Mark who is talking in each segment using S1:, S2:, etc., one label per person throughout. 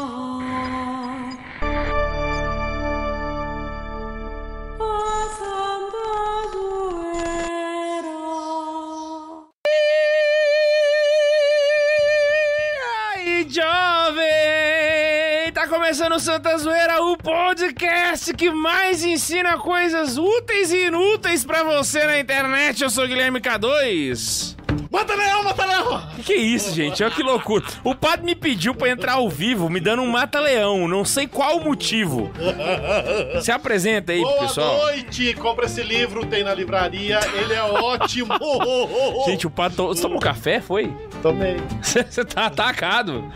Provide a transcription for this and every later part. S1: começar a Santa Zoeira.
S2: aí, jovem! Tá começando o Santa Zoeira, o podcast que mais ensina coisas úteis e inúteis pra você na internet. Eu sou o Guilherme K2.
S3: Mata leão, mata leão!
S2: Que que é isso, gente? Olha que loucura. O padre me pediu pra entrar ao vivo, me dando um mata-leão, não sei qual o motivo. Se apresenta aí,
S3: Boa
S2: pessoal.
S3: noite! Compra esse livro, tem na livraria, ele é ótimo!
S2: Gente, o padre... to- Você tomou café, foi?
S3: tomei.
S2: Você tá atacado.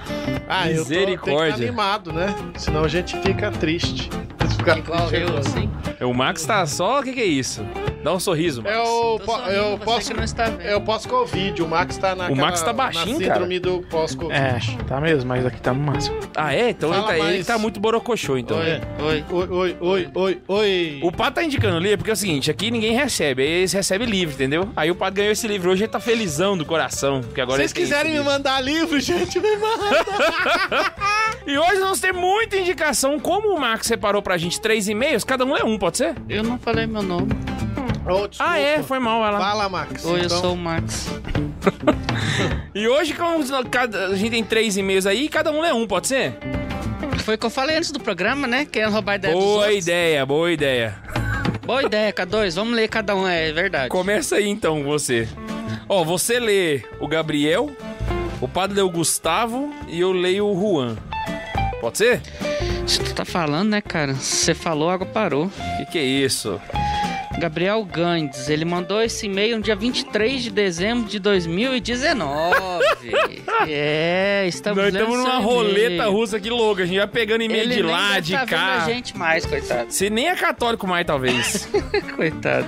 S3: Ah, eu tô, tem que
S2: Misericórdia.
S3: estar animado, né? Senão a gente fica triste. Se ficar
S4: Igual
S3: triste,
S4: eu,
S3: é
S4: assim.
S2: O Max tá só... O que que é isso? Dá um sorriso, Max.
S1: assim,
S3: Eu,
S4: Tô
S3: po-
S4: sorrindo,
S3: eu
S4: você
S3: posso.
S4: que não está vendo.
S3: Eu posso Covid, o Max tá na
S2: O Max tá baixinho,
S3: na
S2: cara.
S3: síndrome do pós-Covid.
S5: É, tá mesmo, mas aqui tá no máximo.
S2: Ah, é? Então ele
S3: Fala
S2: tá, ele
S3: mais.
S2: tá muito borocochô, então.
S3: Oi,
S4: Oi.
S3: oi, oi, oi, oi, oi.
S2: O Pato tá indicando o livro porque é o seguinte, aqui ninguém recebe, aí eles recebem livre, entendeu? Aí o Pato ganhou esse livro, hoje ele tá felizão do coração, porque
S3: Se
S2: agora
S3: vocês
S2: ele tem
S3: quiserem
S2: esse
S3: me
S2: livro.
S3: mandar livro, gente, me manda.
S2: E hoje nós temos muita indicação, como o Max separou pra gente três e-mails, cada um é um, pode ser?
S4: Eu não falei meu nome.
S3: Oh, desculpa.
S2: Ah, é, foi mal, vai lá.
S3: Fala, Max.
S4: Oi, eu
S3: Então,
S4: sou um o Max.
S2: E hoje como cada- a gente tem três e-mails aí, cada um é um, pode ser?
S4: Foi o que eu falei antes do programa, né? Querendo roubar a ideia dos
S2: Boa
S4: outros.
S2: ideia, boa ideia.
S4: Boa ideia, K2. Vamos ler cada um, é verdade.
S2: Começa aí então você. Ó, você lê o Gabriel, o Padre lê o Gustavo e eu leio o Juan. Pode ser?
S4: Se tu tá falando, né, cara? Se Você falou, a água parou.
S2: Que que é isso?
S4: Gabriel Gandes, ele mandou esse e-mail no dia 23 de dezembro de 2019. é, estamos
S2: Nós
S4: lendo
S2: estamos
S4: seu
S2: numa
S4: e-mail.
S2: roleta russa aqui louca. A gente vai pegando e-mail
S4: Ele
S2: de
S4: nem
S2: lá,
S4: deve
S2: de
S4: tá
S2: cá.
S4: Vendo a gente mais, coitado.
S2: Se nem é católico mais, talvez.
S4: Coitado.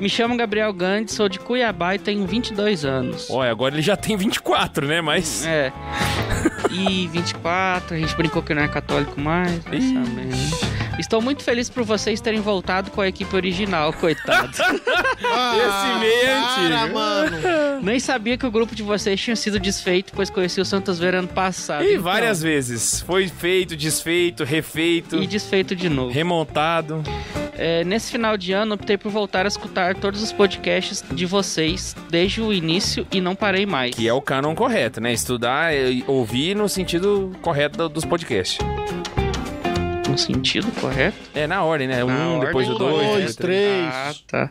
S4: Me chamo Gabriel Gandes, sou de Cuiabá e tenho 22 anos.
S2: Olha, agora ele já tem 24, né? Mas.
S4: É. E 24, a gente brincou que não é católico mais. vai
S2: Ih.
S4: saber, né? Estou muito feliz por vocês terem voltado com a equipe original, coitado.
S3: ah,
S2: Esse meio é
S3: para,
S2: antigo.
S3: mano.
S4: Nem sabia que o grupo de vocês tinha sido desfeito, pois conheci o Santos Vera ano passado.
S2: E
S4: Então,
S2: várias vezes. Foi feito, desfeito, refeito,
S4: E desfeito de novo.
S2: remontado.
S4: É, nesse final de ano, optei por voltar a escutar todos os podcasts de vocês desde o início e não parei mais.
S2: Que é o canon correto, né? Estudar e ouvir no sentido correto do- dos podcasts.
S4: No sentido correto?
S2: É, na ordem, né? Um,
S4: Na ordem
S2: depois o
S4: do
S2: dois,
S4: dois,
S2: depois o três.
S3: três.
S4: Ah, tá.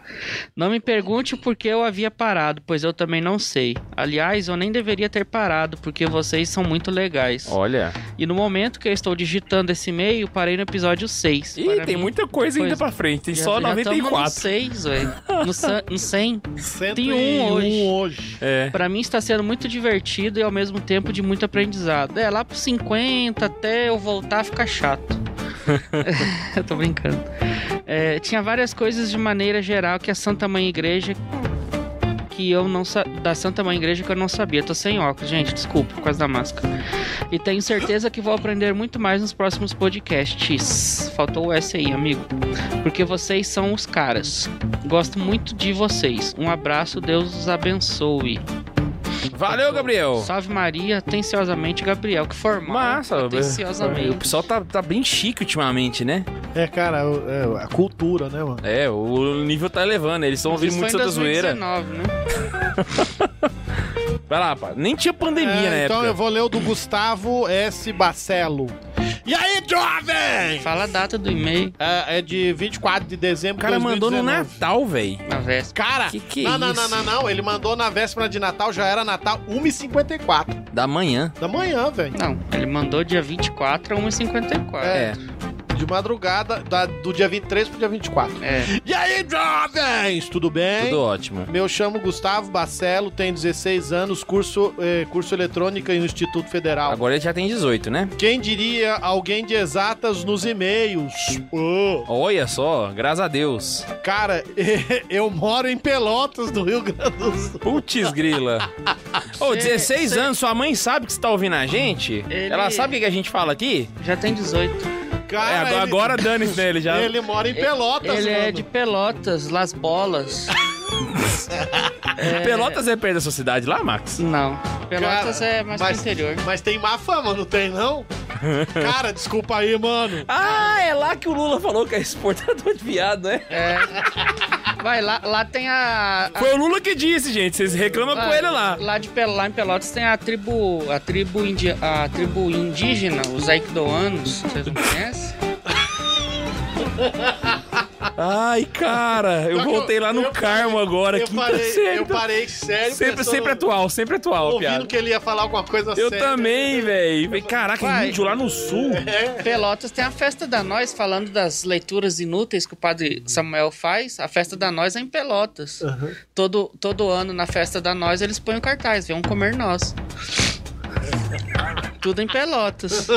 S4: Não me pergunte o porquê eu havia parado, pois eu também não sei. Aliás, eu nem deveria ter parado, porque vocês são muito legais.
S2: Olha.
S4: E no momento que eu estou digitando esse e-mail, parei no episódio 6.
S2: Ih, tem muita coisa ainda
S4: Pois,
S2: pra frente. Tem
S4: Já-
S2: só
S4: já tamo No
S2: 94.
S4: 6, velho. No, cen- no 100.
S3: 101
S4: hoje.
S3: hoje.
S2: É.
S4: Pra mim está sendo muito divertido e ao mesmo tempo de muito aprendizado. É, lá pro 50 até eu voltar fica chato. eu tô brincando. É, tinha várias coisas de maneira geral que a Santa Mãe Igreja que eu não sa- da Santa Mãe Igreja que eu não sabia. Tô sem óculos, gente, desculpa por causa da máscara. E tenho certeza que vou aprender muito mais nos próximos podcasts. Faltou o S aí, amigo. Porque vocês são os caras. Gosto muito de vocês. Um abraço, Deus os abençoe.
S2: Valeu, Gabriel.
S4: Salve Maria, atenciosamente Gabriel, que formal.
S2: Massa,
S4: atenciosamente.
S2: O pessoal tá, tá bem chique ultimamente, né?
S3: É, cara, o- é, a cultura, né, mano?
S2: É, o nível tá elevando, eles estão ouvindo
S4: Isso
S2: muito
S4: foi em
S2: Santa Zoeira.
S4: 2019, né?
S2: Vai lá, pá. Nem tinha pandemia na
S3: É, então
S2: né, época.
S3: eu vou ler o do Gustavo S. Bacelo. E aí, jovem?
S4: Fala a data do e-mail
S3: É, é de 24 de dezembro
S2: O cara
S3: de
S2: mandou no
S3: 2019.
S2: Natal, velho.
S4: na véspera.
S3: Cara,
S2: Que que é
S3: Ah, não, não,
S2: isso?
S3: não, não, não. Ele mandou na véspera de Natal, já era Natal 1h54
S2: Da manhã.
S3: da manhã, velho.
S4: Não, ele mandou dia 24 a 1h54.
S2: É.
S3: De madrugada, da- do dia 23 pro dia 24.
S4: É.
S3: E aí, jovens? Tudo bem?
S2: Tudo ótimo.
S3: Meu chamo Gustavo Bacelo, tenho 16 anos, curso, eh, curso eletrônica em um Instituto Federal.
S2: Agora ele já tem 18, né?
S3: Quem diria alguém de exatas nos e-mails? Ô,
S2: Olha só, graças a Deus.
S3: cara, eu moro em Pelotas, do Rio Grande do Sul.
S2: Putz, grila. Ô,
S4: Cê-
S2: 16
S4: cê-
S2: anos, sua mãe sabe que você tá ouvindo a gente?
S4: Ele-
S2: Ela sabe o que a gente fala aqui?
S4: Já tem 18.
S2: É,
S3: Cara,
S2: agora, agora dane-se nele já.
S3: Ah, ele,
S4: é
S3: ele mora em Pelotas,
S4: ele
S3: mano.
S4: é de Pelotas, Las Bolas.
S2: Pelotas é perto da sua cidade lá, Max?
S4: Não. Pelotas é mais
S3: mas-
S4: pro interior.
S3: Mas tem má fama, não tem, não? Cara, desculpa aí, mano.
S6: Ah, é lá que o Lula falou que é exportador de viado, né?
S4: É. Vai, lá, lá tem a. a-
S2: Foi o Lula que disse, gente. Vocês reclamam
S4: Ah.
S2: com ele lá.
S4: Lá, de, Pel- lá em Pelotas tem a tribo. A tribo, indi, a tribo indígena, os Aikidoanos. Vocês não conhecem?
S2: Ai, cara, eu
S3: Só que eu-
S2: voltei lá no
S3: eu
S2: Carmo agora,
S3: Eu
S2: quinta
S3: parei,
S2: série. tá?
S3: eu parei sério.
S2: Sempre,
S3: pensando-
S2: sempre atual, sempre atual, a
S3: Ouvindo
S2: piada.
S3: que tá né? ele ia falar alguma coisa
S2: Eu
S3: séria.
S2: também, velho. Caraca,
S4: Vai.
S2: índio lá no sul.
S4: Pelotas tem a festa da nós, falando das leituras inúteis que o padre Samuel faz. A festa da nós é em Pelotas. Todo, todo ano, na festa da nós, eles põem o cartaz, vão comer nós. Tudo em Pelotas.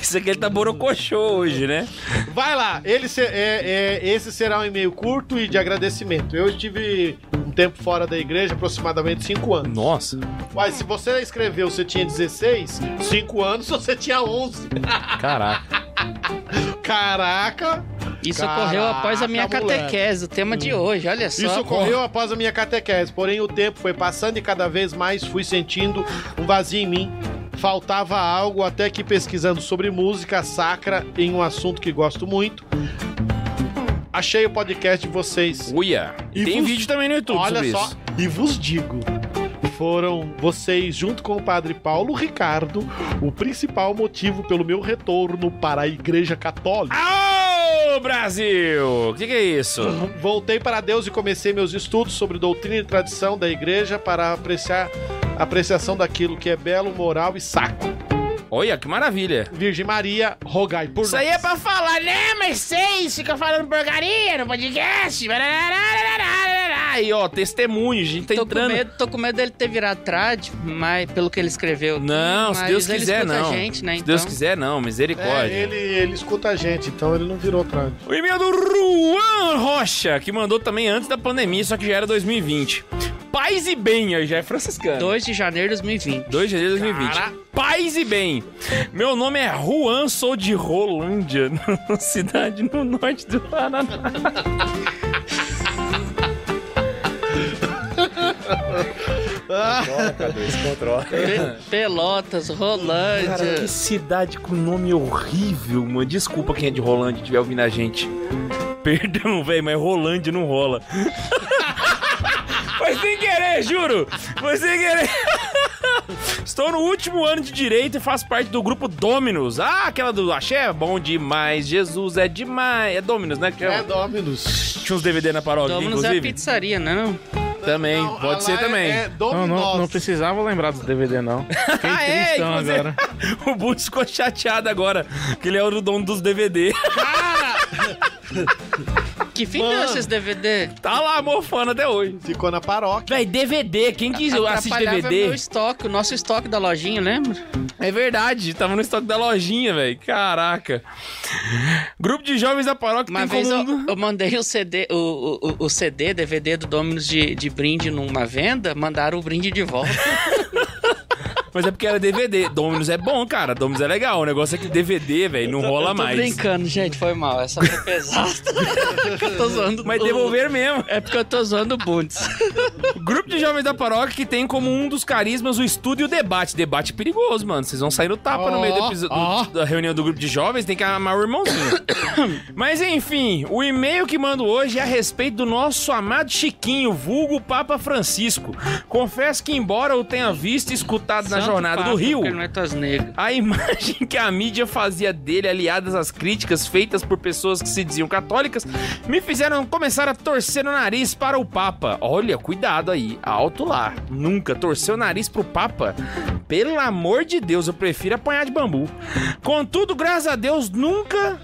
S2: Isso aqui ele tá borocochô hoje, né?
S3: Vai lá, ele se- é- é- esse será um e-mail curto e de agradecimento. Eu estive um tempo fora da igreja, aproximadamente 5 anos.
S2: Nossa.
S3: Mas se você escreveu, você tinha 16, 5 anos, você tinha 11.
S2: Caraca.
S3: Caraca!
S4: Isso
S3: Caraca,
S4: ocorreu após a minha
S3: moleque.
S4: catequese, o tema de hoje, olha só.
S3: Isso ocorreu após a minha catequese, porém o tempo foi passando e cada vez mais fui sentindo um vazio em mim. Faltava algo até que pesquisando sobre música sacra em um assunto que gosto muito. Achei o podcast de vocês.
S2: Uia.
S3: E
S2: Tem
S3: vos-
S2: vídeo também no YouTube
S3: Olha
S2: sobre
S3: só,
S2: isso.
S3: e vos digo. Foram vocês, junto com o padre Paulo Ricardo, o principal motivo pelo meu retorno para a Igreja Católica.
S2: Aô, Brasil! O que, que é isso?
S3: Voltei para Deus e comecei meus estudos sobre doutrina e tradição da igreja para apreciar a apreciação daquilo que é belo, moral e sacro.
S2: Olha, que maravilha.
S3: Virgem Maria, rogai por
S2: Isso
S3: nós.
S2: aí é pra falar, né? Mas vocês ficam falando porcaria no podcast. Aí, ó, testemunho, a gente tá
S4: Tô com,
S2: entrando.
S4: medo, tô com medo dele ter virado trad, mas pelo que ele escreveu. aqui,
S2: Não, se
S4: mas
S2: Deus
S4: ele
S2: quiser,
S4: escuta a
S2: não.
S4: gente, né,
S2: Se Deus
S4: então.
S2: quiser, não.
S3: É,
S2: Misericórdia.
S3: ele, ele escuta a gente, então ele não virou trânsito.
S2: O e-mail do Ruan Rocha, que mandou também antes da pandemia, só que já era 2020. Paz e bem, aí já é franciscano.
S4: 2 de janeiro de 2020.
S2: 2 de janeiro de 2020. Paz e bem. Meu nome é Juan, sou de Rolândia, numa cidade no norte do Paraná.
S4: Pe- Pelotas, Rolândia.
S2: Cara, que cidade com nome horrível, mano. Desculpa quem é de Rolândia e estiver ouvindo a gente. Perdão, velho, mas Rolândia não rola. Foi sem querer, juro. Foi sem querer. Estou no último ano de direito e faço parte do grupo Dominus. Ah, aquela do Axé é bom demais. Jesus é demais. É Dominus, né? Que
S3: É
S2: é-
S3: Dominus.
S2: Tinha uns DVD na paróquia,
S4: Dominus é a
S2: inclusive.
S4: pizzaria, né? Não?
S2: Também,
S3: Não, lá
S2: pode ser
S3: é-
S2: também.
S3: É
S5: Não,
S3: Dominus.
S5: não, não precisava lembrar dos DVD, não. Fiquei
S2: Ah, é,
S5: tristão
S2: inclusive.
S5: agora.
S2: O Butch ficou chateado agora, que ele é o dono dos DVD.
S4: Que fim deu esses DVD?
S2: Tá lá mofando até hoje.
S3: Ficou na paróquia.
S2: Véi, DVD, quem que assiste
S4: Atrapalhava meu
S2: DVD?
S4: estoque, o nosso estoque da lojinha, lembra?
S2: É verdade, tava no estoque da lojinha, velho. Caraca. Grupo de jovens da paróquia
S4: Uma
S2: tem
S4: vez eu,
S2: como... um-
S4: eu mandei o CD, o, o- o, o CD, DVD do Dominus de, de brinde numa venda, mandaram o brinde de volta.
S2: Mas é porque era DVD. Dominus é bom, cara. Dominus é legal. O negócio é que DVD, velho, não rola
S4: Eu tô
S2: mais.
S4: brincando, gente, foi mal. Essa foi pesada. É porque eu tô zoando
S2: Mas
S4: o-
S2: devolver mesmo.
S4: É porque eu tô zoando o Bundes.
S2: Grupo de jovens da paróquia que tem como um dos carismas o estudo e o debate. Debate perigoso, mano. Vocês vão sair no tapa no meio do episo- do- da reunião do grupo de jovens, tem que amar o irmãozinho. Mas enfim, o e-mail que mando hoje é a respeito do nosso amado Chiquinho, vulgo Papa Francisco. Confesso que, embora eu tenha visto e escutado na
S4: Santo
S2: jornada do
S4: Papa,
S2: Rio.
S4: porque Não é tuas negras.
S2: A imagem que a mídia fazia dele, aliadas às críticas feitas por pessoas que se diziam católicas, me fizeram começar a torcer o nariz para o Papa. Olha, cuidado aí, alto lá. Nunca torcer o nariz pro Papa. Pelo amor de Deus, eu prefiro apanhar de bambu. Contudo, graças a Deus, nunca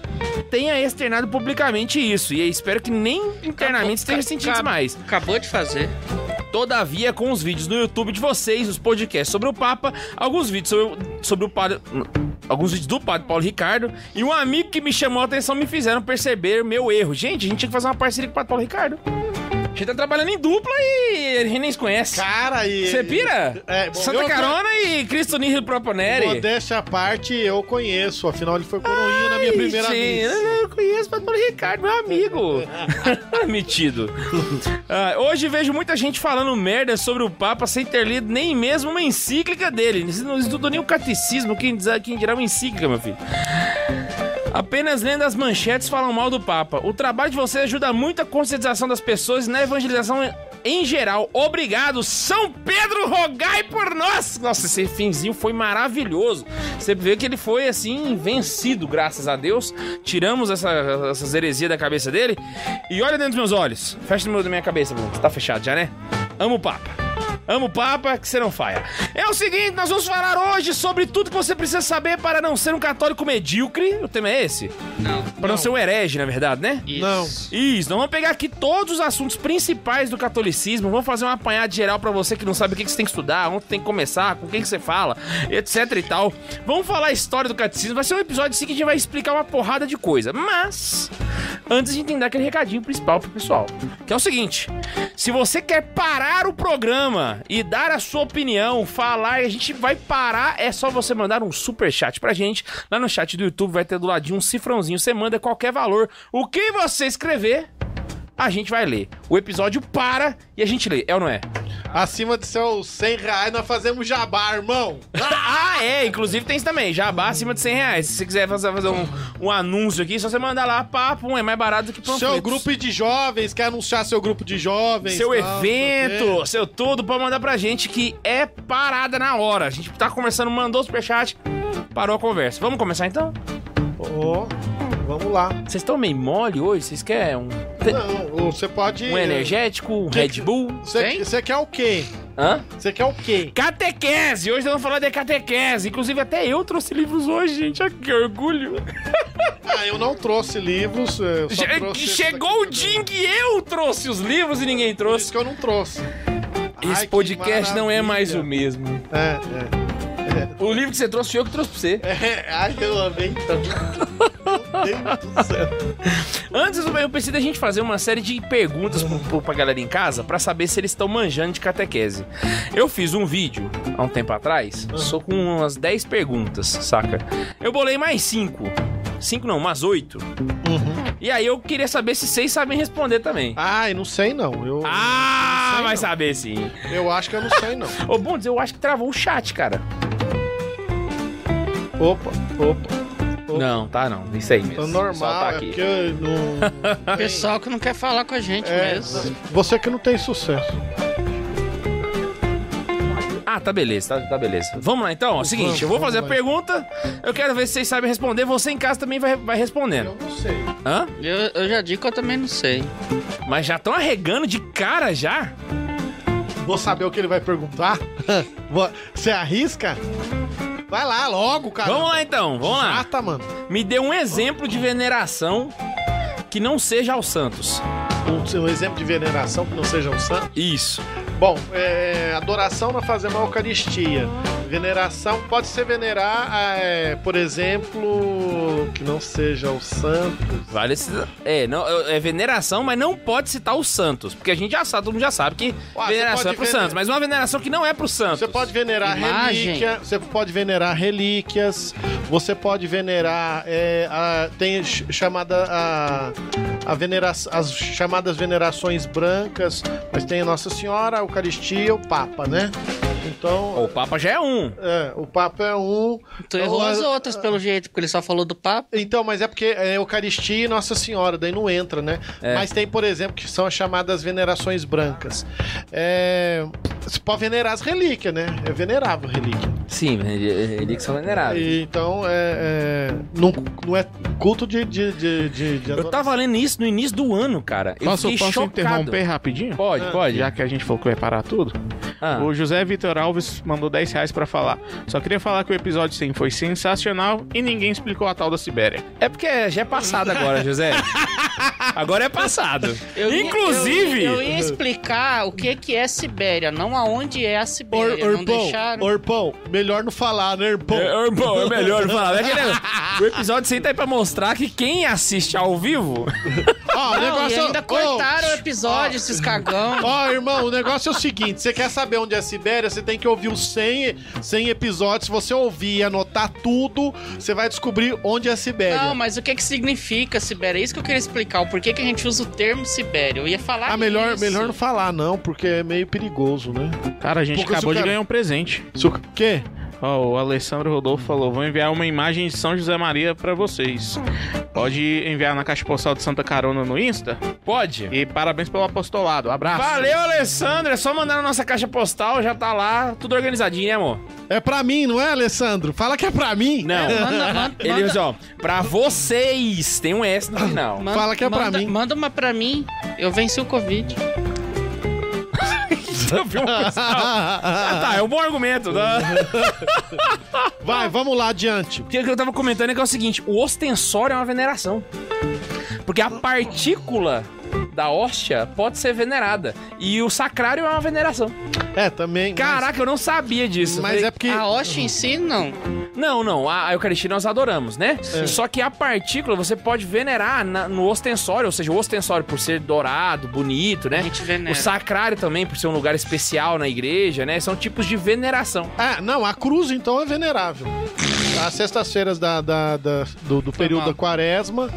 S2: tenha externado publicamente isso. E eu espero que nem internamente
S4: Acabou-
S2: esteja sentindo isso
S4: acabou-
S2: mais.
S4: Acabou de fazer.
S2: Todavia, com os vídeos no YouTube de vocês, os podcasts sobre o Papa, alguns vídeos sobre, sobre o padre. Alguns vídeos do padre Paulo Ricardo e um amigo que me chamou a atenção me fizeram perceber meu erro. Gente, a gente tinha que fazer uma parceria com o padre Paulo Ricardo. gente tá trabalhando em dupla e a gente nem se conhece.
S3: Cara, e.
S2: Você pira?
S3: É, bom,
S2: Santa
S3: eu-
S2: Carona e Cristo Nihil Proponere.
S3: Modéstia à parte, eu conheço. Afinal, ele foi coroinha na minha primeira
S2: Sim,
S3: vez.
S2: eu não conheço Padre Paulo Ricardo, meu amigo. Metido. Ah, hoje vejo muita gente falando merda sobre o Papa sem ter lido nem mesmo uma encíclica dele. Isso Não estudou nem o catecismo, quem, diz, quem dirá uma encíclica, meu filho. Apenas lendo as manchetes falam mal do Papa. O trabalho de vocês ajuda muito a conscientização das pessoas e na evangelização em geral. Obrigado, São Pedro, rogai por nós! Nossa, esse finzinho foi maravilhoso. Você vê que ele foi assim, vencido, graças a Deus. Tiramos essa, essas heresias da cabeça dele. E olha dentro dos meus olhos. Fecha no meu da minha cabeça, Bruno. Tá fechado já, né? Amo o Papa. Amo o Papa, que você não falha. É o seguinte, nós vamos falar hoje sobre tudo que você precisa saber para não ser um católico medíocre. O tema é esse?
S4: Não.
S2: Para não ser um herege, na verdade, né?
S4: Isso.
S3: Não.
S2: Isso, nós vamos pegar aqui todos os assuntos principais do catolicismo, vamos fazer um apanhado geral pra você que não sabe o que, que você tem que estudar, onde tem que começar, com quem que você fala, etc e tal. Vamos falar a história do catecismo, vai ser um episódio assim que a gente vai explicar uma porrada de coisa. Mas, antes a gente tem que dar aquele recadinho principal pro pessoal, que é o seguinte, se você quer parar o programa e dar a sua opinião, falar, e a gente vai parar, é só você mandar um super chat pra gente. Lá no chat do YouTube vai ter do ladinho um cifrãozinho, você manda qualquer valor. O que você escrever, a gente vai ler. O episódio para e a gente lê, é ou não é?
S3: Acima de seus 100 reais, nós fazemos jabá, irmão.
S2: Ah, é, inclusive tem isso também, jabá acima de 100 reais. Se você quiser fazer, fazer um, um anúncio aqui, só você mandar lá, papo, é mais barato do que panfletos.
S3: Seu grupo de jovens, quer anunciar seu grupo de jovens.
S2: seu
S3: tal, não sei o quê.
S2: evento, seu tudo, pode mandar pra gente que é parada na hora. A gente tá conversando, mandou o superchat, parou a conversa. Vamos começar então?
S3: Ó, vamos lá.
S2: Vocês estão meio mole hoje? Vocês querem um,
S3: Não, você pode.
S2: um energético, um
S3: que-
S2: Red Bull?
S3: Você
S2: Tem?
S3: você quer o quê?
S2: Hã?
S3: Você quer o quê?
S2: Catequese! Hoje nós vamos falar de catequese. Inclusive, até eu trouxe livros hoje, gente. Olha que orgulho.
S3: Ah, eu não trouxe livros. eu só
S2: Che-
S3: trouxe esse
S2: Chegou o
S3: daqui.
S2: dia em que eu trouxe os livros e ninguém
S3: Por
S2: trouxe.
S3: isso que eu não trouxe. Ai,
S2: Esse
S3: que
S2: podcast não é
S3: maravilha.
S2: mais um. o mesmo.
S3: É,
S2: O livro que você trouxe, fui eu que trouxe pra você.
S3: é. é. Ai, eu amei tanto. Meu Deus do céu.
S2: Antes, eu pensei da gente fazer uma série de perguntas pro, pro, pra galera em casa pra saber se eles estão manjando de catequese. Eu fiz um vídeo há um tempo atrás,
S3: Ah.
S2: só com umas 10 perguntas, saca? Eu bolei mais 5. 5 não, umas 8.
S3: Uhum.
S2: E aí eu queria saber se vocês sabem responder também.
S3: Ai, não sei não. Eu,
S2: Ah,
S3: sei
S2: vai
S3: não.
S2: saber sim.
S3: eu acho que eu não sei não.
S2: Ô, Bundes, eu acho que travou o chat, cara.
S3: Opa, opa. Opa.
S2: Não, tá não. Isso aí mesmo.
S3: Tá
S2: Só tá
S3: normal, é
S2: aqui.
S3: porque eu não...
S4: Pessoal que não quer falar com a gente
S3: É,
S4: mesmo.
S3: você que não tem sucesso.
S2: Ah, tá beleza, tá, tá beleza. Vamos lá então, ó, seguinte,
S3: Vamos,
S2: eu vou
S3: vamos
S2: fazer a
S3: lá. então.
S2: pergunta, eu quero ver se vocês sabem responder, você em casa também vai, vai respondendo.
S3: Eu não sei.
S2: Hã?
S4: Eu, eu já digo que eu também não sei.
S2: Mas já estão arregando de cara já?
S3: Vou saber o que ele vai perguntar? Vou- Você arrisca? Vai lá, logo, cara.
S2: Vamos lá então, vamos lá.
S3: Mata, mano.
S2: Me dê um exemplo de veneração que não seja aos santos.
S3: Um, um exemplo de veneração que não seja um santo.
S2: Isso.
S3: Bom, é, adoração nós fazemos a Eucaristia. Veneração pode ser venerar, é, por exemplo, que não seja o santo.
S2: Vale esse... É, não, é é veneração, mas não pode citar os santos. Porque a gente já sabe, todo mundo já sabe que
S3: Ó, você
S2: veneração
S3: pode
S2: é pros
S3: vener-
S2: santos. Mas uma veneração que não é pros santos.
S3: Você pode venerar
S4: Imagem.
S3: relíquia, você pode venerar relíquias, você pode venerar é, a- tem ch- chamada a, a venera- as chamadas venerações brancas, mas tem a Nossa Senhora, a Eucaristia, e o Papa, né?
S2: O
S3: Então
S2: Papa já é um.
S3: é, o Papa é um.
S4: Tu
S3: Então,
S4: errou
S3: a-
S4: as outras, pelo jeito, porque ele só falou do papo.
S3: Então, mas é porque é Eucaristia e Nossa Senhora, daí não entra, né?
S2: É.
S3: Mas tem, por exemplo, que são as chamadas venerações brancas. É, você pode venerar as relíquias, né? É venerável relíquia.
S2: Sim, ele que são venerados.
S3: E, então, é, é, não, não é culto de. de, de, de, de
S2: Eu tava lendo isso no início do ano, cara. Eu
S5: Posso,
S2: fiquei
S5: posso
S2: chocado.
S5: interromper rapidinho?
S2: Pode, pode.
S5: Já que a gente falou que vai parar tudo.
S2: Ah.
S5: O José Vitor Alves mandou 10 reais pra falar. Só queria falar que o episódio 100 foi sensacional e ninguém explicou a tal da Sibéria.
S2: É porque já é passado agora, José. agora é passado.
S4: Eu ia-
S2: Inclusive-
S4: eu, ia- eu ia explicar o que, que é Sibéria, não aonde é a
S3: Or,
S4: Sibéria. não
S3: Orpão,
S4: deixaram.
S3: Orpão, melhor não falar, né, Orpão?
S2: É, é, bom, é melhor falar. É que, né, o episódio 100 tá aí pra mostrar que quem assiste ao vivo
S3: Ó, Ah, o
S4: Não,
S3: negócio Oh,
S4: e ainda
S3: Ô,
S4: cortaram o episódio, esses cagão.
S3: Ó, irmão, o negócio é o seguinte: você quer saber onde é a Sibéria? Você tem que ouvir os 100, 100 episódios. Se você ouvir e anotar tudo, você vai descobrir onde é a Sibéria.
S4: Não, mas o que que significa Sibéria? É isso que eu queria explicar. O porquê que a gente usa o termo Sibéria. Eu ia falar
S3: ah, melhor,
S4: isso.
S3: melhor não falar, não, porque é meio perigoso, né?
S5: Cara, a gente
S3: Poucas
S5: acabou de
S3: açúcar.
S5: ganhar um presente.
S3: Se o quê?
S5: Ó, o Alessandro Rodolfo falou: vou enviar uma imagem de São José Maria pra vocês. Pode enviar na caixa postal de Santa Carona no Insta.
S2: Pode.
S5: E parabéns pelo apostolado. Abraço.
S2: Valeu, Alessandro. É só mandar na nossa caixa postal, já tá lá, tudo organizadinho, né, amor?
S3: É pra mim, não é, Alessandro? Fala que é pra mim.
S2: Não.
S4: Manda, manda,
S2: Ele diz, ó, pra vocês, tem um S no final.
S4: manda-
S3: Fala que é pra
S4: manda-
S3: mim.
S4: Manda uma pra mim. Eu venci o Covid.
S2: Ah, tá, é um bom argumento. Tá?
S3: Vai, vamos lá adiante.
S2: Porque o que eu tava comentando é que é o seguinte: o ostensório é uma veneração. Porque a partícula da hóstia pode ser venerada. E o sacrário é uma veneração.
S3: É, também. mas-
S2: Caraca, eu não sabia disso.
S3: Mas é porque.
S4: A hoste em si, não.
S2: Não, não, a, a Eucaristia nós adoramos, né? Só que a partícula você pode venerar na- no ostensório, ou seja, o ostensório por ser dourado, bonito,
S4: A
S2: né?
S4: gente venera.
S2: O sacrário também, por ser um lugar especial na igreja, né? São tipos de veneração.
S3: Ah, não, a cruz então é venerável. As sextas-feiras da, da- da- do, do período
S4: mal.
S3: da quaresma.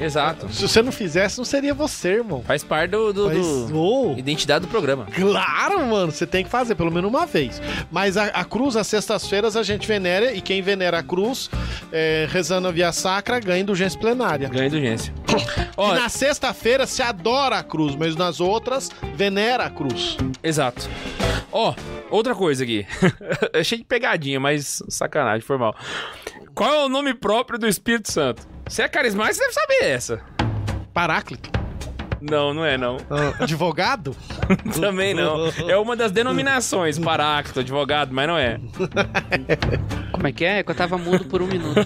S2: Exato.
S3: Se você não fizesse, não seria você, irmão.
S2: Faz parte do, do-
S3: Mas,
S2: do-
S3: Ô,
S2: identidade do programa.
S3: Claro, mano, você tem que fazer pelo menos uma vez. Mas a, a cruz, às sextas-feiras, a gente venera, e quem venera a cruz, é, rezando a via sacra, ganha indulgência plenária.
S2: Ganha indulgência.
S3: E
S2: Ó,
S3: na sexta-feira se adora a cruz, mas nas outras venera a cruz.
S2: Exato. Ó, outra coisa aqui. é cheio de pegadinha, mas sacanagem, foi mal. Qual é o nome próprio do Espírito Santo? Você é carismático, você deve saber essa.
S3: Paráclito.
S2: Não, não é não.
S4: Ah.
S3: Advogado?
S2: Também não. É uma das denominações, paráclito, advogado, mas não é.
S4: Como é que é? É Que eu tava mudo por um minuto.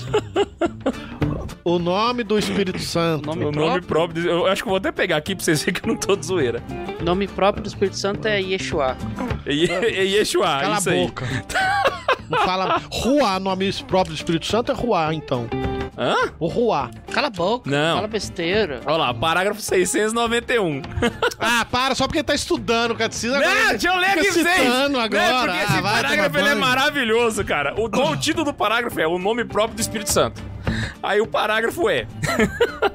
S3: O nome do Espírito
S4: O
S3: Santo.
S4: nome,
S2: o
S4: próprio,
S2: nome próprio. do- Eu acho que eu vou até pegar aqui pra vocês verem que eu não tô de zoeira.
S4: nome próprio do Espírito Santo é Yeshua.
S2: É Ye- é Yeshua,
S3: Cala
S2: isso
S3: a
S2: aí.
S3: boca. Não fala. Ruá, nome próprio do Espírito Santo é Ruá, então.
S2: Hã?
S3: O Ruá.
S4: Cala a boca.
S2: Não.
S4: Fala besteira.
S2: Olha lá, parágrafo 691.
S3: Ah, para, só porque tá estudando o catecismo.
S2: Não,
S3: agora-
S2: deixa eu ler aqui pra
S3: Fica
S2: vocês.
S3: citando
S2: Não,
S3: agora.
S2: porque
S3: Ah,
S2: esse
S3: vai
S2: parágrafo
S3: tomar
S2: ele é
S3: banho.
S2: maravilhoso, cara. O, o título do parágrafo é o nome próprio do Espírito Santo. Aí o parágrafo é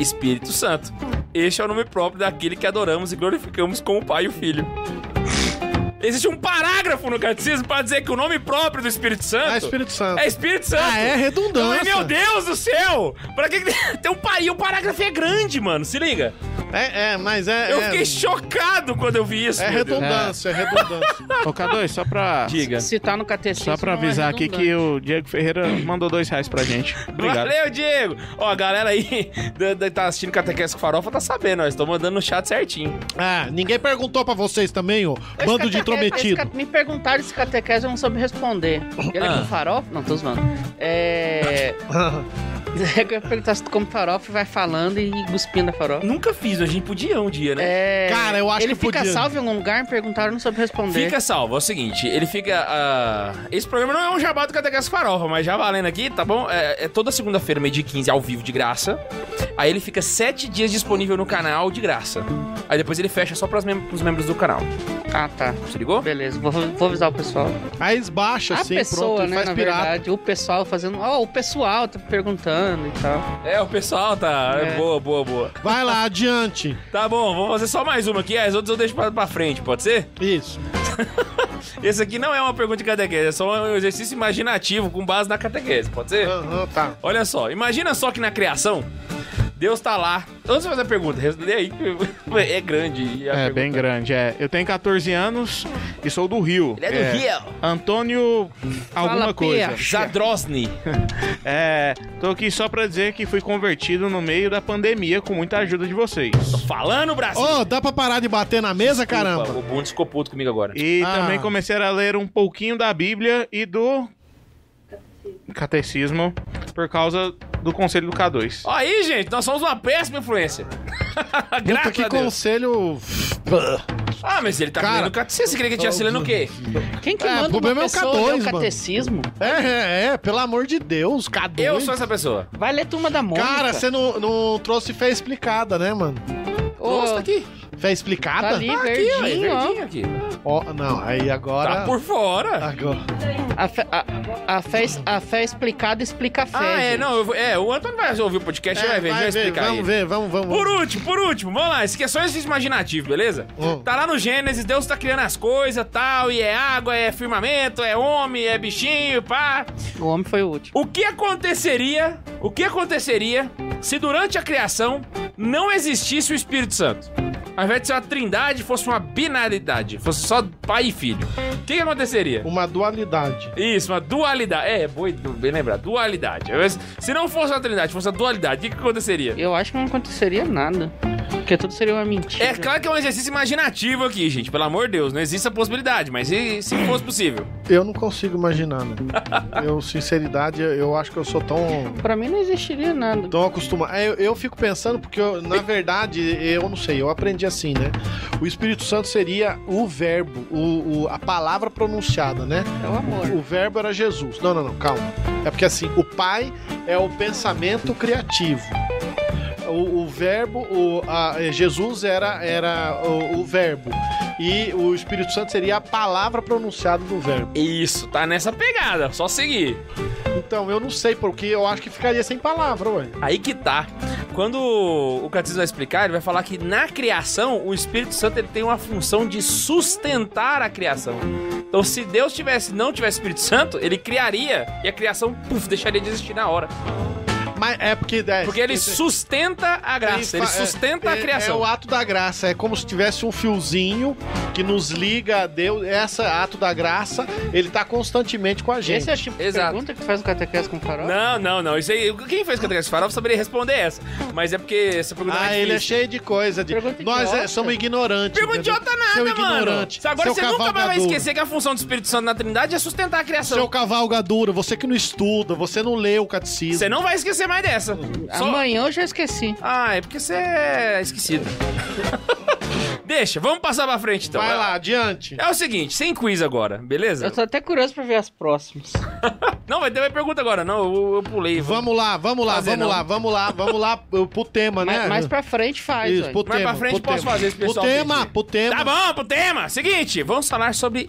S2: Espírito Santo. Este é o nome próprio daquele que adoramos e glorificamos como o Pai e o Filho. Existe um parágrafo no catecismo pra dizer que o nome próprio do Espírito Santo
S3: Ah, Espírito Santo.
S2: é Espírito Santo.
S3: Ah, é redundância.
S2: Então, meu Deus do céu! Pra que que tem um par... E o parágrafo é grande, mano. Se liga.
S3: É, é, mas é.
S2: Eu
S3: é,
S2: fiquei chocado quando eu vi isso.
S3: É
S2: meu Deus.
S3: redundância, é redundância.
S5: Ô, K2, só pra.
S2: Diga.
S4: Se tá no catecismo.
S5: Só pra
S4: não é
S5: avisar aqui que
S4: redundante.
S5: o Diego Ferreira mandou dois reais pra gente. Obrigado.
S2: Valeu, Diego! Ó, a galera aí da, da, tá assistindo Catequese com Farofa tá sabendo, ó. Estou mandando no chat certinho.
S3: ah, ninguém perguntou pra vocês também, ô.
S4: Esse
S3: Bando de
S4: catequese-
S3: intrometido.
S4: esse ca- Me perguntaram esse catequese, eu não soube responder. Ele é
S2: Ah.
S4: com farofa? Não, tô zoando. É. é que eu ia perguntar se tu come farofa e vai falando e cuspindo a farofa.
S2: Nunca fiz, a gente podia um dia, né?
S4: É...
S3: Cara, eu acho
S4: ele
S3: que
S4: fica
S3: podia.
S4: salvo em algum lugar, me perguntaram, eu não soube responder.
S2: Fica salvo, é o seguinte, ele fica. ah, Esse programa não é um jabá do Catequese com Farofa, mas já valendo aqui, tá bom? É, é toda segunda-feira, meio de 15, ao vivo de graça. Aí ele fica sete dias disponível no canal de graça. Aí depois ele fecha só pras mem pros membros do canal.
S4: Ah, tá.
S2: Se ligou?
S4: Beleza, vou, vou avisar o pessoal.
S3: Aí esbaixa,
S4: a
S3: assim,
S4: pessoa,
S3: pronto, e
S4: né,
S3: faz
S4: na
S3: pirata.
S4: verdade. O pessoal fazendo... Ó, o pessoal tá perguntando e tal.
S2: É, o pessoal tá.
S4: É.
S2: Boa, boa, boa.
S3: Vai lá, adiante.
S2: Tá bom, vou fazer só mais uma aqui, as outras eu deixo pra, pra frente, pode ser?
S3: Isso.
S2: Esse aqui não é uma pergunta de catequese, é só um exercício imaginativo com base na catequese, pode ser?
S3: Aham, tá.
S2: Olha só, imagina só que na criação, Deus tá lá. Antes de fazer a pergunta, lê aí, que é grande. e a
S5: É,
S2: pergunta-
S5: bem grande, é. Eu tenho 14 anos e sou do Rio.
S2: Ele é do Rio.
S5: Antônio alguma
S4: Fala,
S5: coisa.
S4: Pia.
S2: Zadrosny.
S5: É, tô aqui só pra dizer que fui convertido no meio da pandemia com muita ajuda de vocês.
S2: Falando, Brasil.
S3: Ô, dá pra parar de bater na mesa, caramba?
S2: Opa, o Bundes ficou puto comigo agora.
S5: E
S3: Ah.
S5: também comecei a ler um pouquinho da Bíblia e do catecismo por causa do conselho do K2.
S2: Aí, gente, nós somos uma péssima influência.
S3: Puta,
S2: Graças
S3: que
S2: a Deus.
S3: conselho.
S2: Ah, mas ele tá
S3: Cara-
S2: lendo o catecismo. Você queria que eu tivesse lendo o quê?
S4: Quem que
S3: É, o
S4: manda
S3: problema é
S4: uma
S3: o
S4: pessoa
S3: K2,
S4: ler o
S3: mano.
S4: catecismo?
S3: É, é, é, pelo amor de Deus, cadê?
S2: Eu sou essa pessoa.
S4: Vai ler Turma da Mônica.
S3: Cara, você não, não trouxe fé explicada, né, mano?
S4: Ô,
S2: Nossa, tá aqui.
S3: Fé
S4: tá
S3: explicada?
S4: ali,
S2: Tá aqui, ó, é
S4: verdinho, ó.
S2: verdinho aqui.
S3: Ó, não, aí agora.
S2: Tá por fora.
S3: Agora.
S4: A fé, a, a fé, a fé explicada explica a fé.
S2: Ah, é,
S4: gente.
S2: não, eu vou- é, o Antônio vai ouvir o podcast, ele vai ver, ele vai explicar
S3: vamos
S2: ele.
S3: É, ver, vamos, vamos.
S2: Por um- último, por último, vamos lá, isso aqui é só exercício imaginativo, beleza?
S3: Hum.
S2: Tá lá no Gênesis, Deus tá criando as coisas, tal, e é água, é firmamento, é homem, é bichinho, pá.
S4: O homem foi o último.
S2: O que aconteceria, o que aconteceria se durante a criação não existisse o Espírito Santo? Ao invés de ser uma trindade, fosse uma binaridade, fosse só pai e filho. O que, que aconteceria?
S3: Uma dualidade.
S2: Isso, uma dualidade. É, boi, bem lembrar, dualidade. Mas Se não fosse uma trindade, fosse a dualidade, o que, que aconteceria?
S4: Eu acho que não aconteceria nada. Porque tudo seria uma mentira.
S2: É claro que é um exercício imaginativo aqui, gente. Pelo amor de Deus, não existe essa possibilidade, mas e se fosse possível?
S3: Eu não consigo imaginar, né? Eu, sinceridade, eu- eu acho que eu sou tão.
S4: Pra mim não existiria nada.
S3: Tão acostumado. É, Eu, eu fico pensando, porque eu, na verdade, eu não sei, eu aprendi assim, né? O Espírito Santo seria o verbo, o- o, a palavra pronunciada, né?
S4: É o amor.
S3: O verbo era Jesus. Não, não, não, calma. É porque assim, o Pai é o pensamento criativo. O, o verbo, o, a- é, Jesus era, era o, o verbo. E o Espírito Santo seria a palavra pronunciada do verbo.
S2: Isso, tá nessa pegada, só seguir.
S3: Então, eu não sei porque eu acho que ficaria sem palavra, ué.
S2: Aí que tá. Quando o Catecismo vai explicar, ele vai falar que na criação, o Espírito Santo ele tem uma função de sustentar a criação. Então, se Deus tivesse, não tivesse Espírito Santo, ele criaria e a criação, puf, deixaria de existir na hora.
S3: Mas é porque. é,
S2: Porque ele
S3: é-
S2: sustenta a graça, ele
S3: fa- é-
S2: sustenta a
S3: é- É
S2: criação.
S3: o ato da graça, é como se tivesse um fiozinho que nos liga a Deus. Esse ato da graça, ele tá constantemente com a gente.
S4: Esse é o tipo de
S2: Exato.
S4: pergunta que faz o catequese com farol?
S2: Não, não, não. Isso aí, quem fez catequese farol saberia responder essa. Mas é porque essa pergunta é
S3: Ah,
S2: mais
S3: ele é
S2: difícil.
S3: cheio de coisa. De...
S4: Pergunta
S3: Nós
S4: idiota.
S3: é, somos ignorantes.
S2: Pergunta
S3: entendeu?
S2: idiota nada,
S3: Seu
S2: mano.
S3: ignorante.
S2: Se Agora
S3: seu
S2: você nunca mais vai
S3: cavalgadura.
S2: esquecer que a função do Espírito Santo na Trindade é sustentar a criação.
S3: Seu cavalgadura, você que não estuda, você não lê o catecismo.
S2: Você não vai esquecer mais dessa. Só...
S4: Amanhã eu já esqueci.
S2: Ah, é porque você é esquecido. Deixa, vamos passar pra frente então.
S3: Vai lá, adiante.
S2: É o seguinte, sem quiz agora, beleza?
S4: Eu tô até curioso pra ver as próximas.
S2: Não, vai ter uma pergunta agora. Não, eu, eu pulei.
S3: Vamos lá, vamos lá,
S2: Fazer
S3: vamos
S2: não.
S3: lá, vamos lá, vamos lá pro pro tema, né?
S4: Mas mais pra frente faz,
S3: Isso,
S4: ué.
S3: pro
S2: Mais
S3: tema,
S2: pra frente
S3: pro
S2: posso
S3: tema.
S2: fazer esse pessoal
S3: Pro tema,
S2: pedir.
S3: pro tema.
S2: Tá bom, pro tema. Seguinte, vamos falar sobre...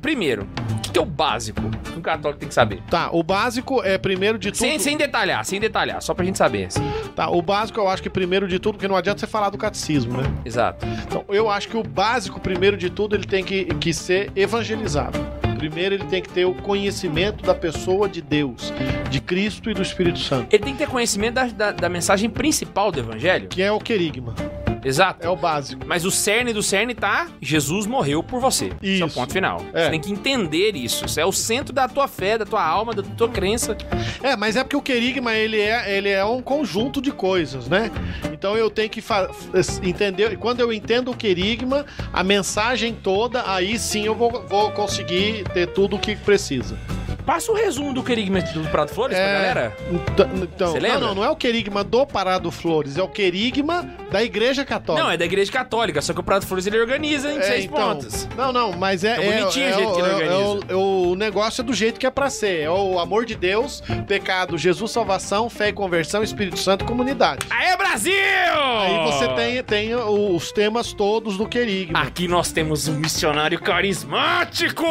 S2: Primeiro, o que que é o básico que um católico tem que saber?
S3: Tá, o básico é primeiro de tudo.
S2: Sem, sem detalhar, sem detalhar, só pra gente saber. assim.
S3: Tá, o básico eu acho que primeiro de tudo, porque não adianta você falar do catecismo, né?
S2: Exato.
S3: Então, eu acho que o básico, primeiro de tudo, ele tem que, que ser evangelizado. Primeiro, ele tem que ter o conhecimento da pessoa de Deus, de Cristo e do Espírito Santo,
S2: Ele tem que ter conhecimento da, da, da mensagem principal do evangelho.
S3: que é o querigma,
S2: Exato.
S3: é o básico.
S2: Mas o cerne do cerne tá: Jesus morreu por você. Esse é o
S3: Isso.
S2: ponto final.
S3: É.
S2: Você tem que entender isso. Isso é o centro da tua fé, da tua alma, da tua crença.
S3: É, mas é porque o querigma, ele é, ele é um conjunto de coisas, né? Então, eu tenho que fa- f- entender, e quando eu entendo o querigma, a mensagem toda, aí sim eu vou, vou conseguir ter tudo o que precisa.
S2: Passa o resumo do querigma do Prato Flores pra
S3: É.
S2: galera.
S3: Então, então-
S2: Você lembra?
S3: não, não, não é o querigma do Parado Flores, é o querigma da Igreja Católica.
S2: Não, é da Igreja Católica, só que o Prato Flores ele organiza em
S3: É,
S2: seis
S3: então,
S2: pontos.
S3: Não, não, mas é.
S2: É bonitinho o jeito
S3: o-
S2: que ele
S3: é o-
S2: organiza.
S3: é o, o negócio é do jeito que é pra ser. É o amor de Deus, pecado, Jesus, salvação, fé e conversão, Espírito Santo e comunidade.
S2: Aê, Brasil!
S3: Aí você tem, tem os temas todos do querigma.
S2: Aqui nós temos um missionário carismático!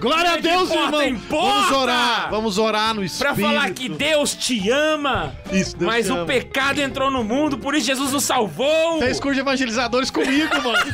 S3: Glória a
S2: De
S3: Deus,
S2: porta
S3: irmão!
S2: em porta!
S3: Vamos orar, vamos orar no
S2: Pra
S3: Espírito.
S2: falar um que Deus te ama,
S3: Isso, Deus
S2: mas
S3: te
S2: o
S3: ama.
S2: pecado entrou no mundo, por isso Jesus nos salvou!
S3: Fez curso de evangelizadores comigo, mano.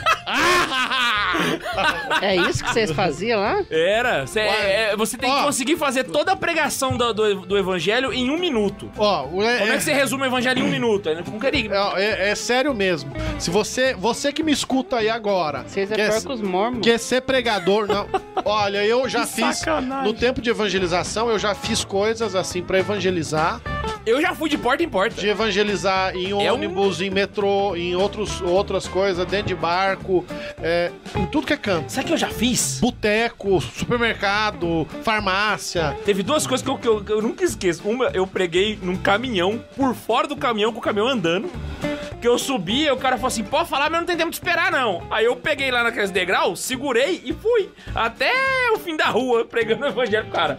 S4: É isso que vocês faziam lá?
S2: Ah, Era. Cê-
S3: Ué.
S2: é, você tem que
S3: Ó.
S2: conseguir fazer toda a pregação do, do, do evangelho em um minuto.
S3: Ó, o-
S2: Como é que você resume o evangelho em um minuto? É com querigma.
S3: É, é sério mesmo. Se você, você que me escuta aí agora,
S4: Vocês é
S3: quer,
S4: pior que os mormons.
S3: quer ser pregador, não. Olha, eu já fiz.
S5: Sacanagem.
S3: No tempo de evangelização, eu já fiz coisas assim pra evangelizar.
S6: Eu já fui de porta em porta.
S3: De evangelizar em
S6: É um-
S3: ônibus, em metrô, em outros, outras coisas, dentro de barco, é, em tudo que é canto.
S6: Sabe o que eu já fiz?
S3: Boteco, supermercado, farmácia.
S6: Teve duas coisas que eu, que eu- que eu nunca esqueço. Uma, eu preguei num caminhão, por fora do caminhão, com o caminhão andando. Que eu subi, aí o cara falou assim: pode falar, mas não tem tempo de esperar, não. Aí eu peguei lá naqueles degraus, segurei e fui. Até o fim da rua, pregando o evangelho pro cara.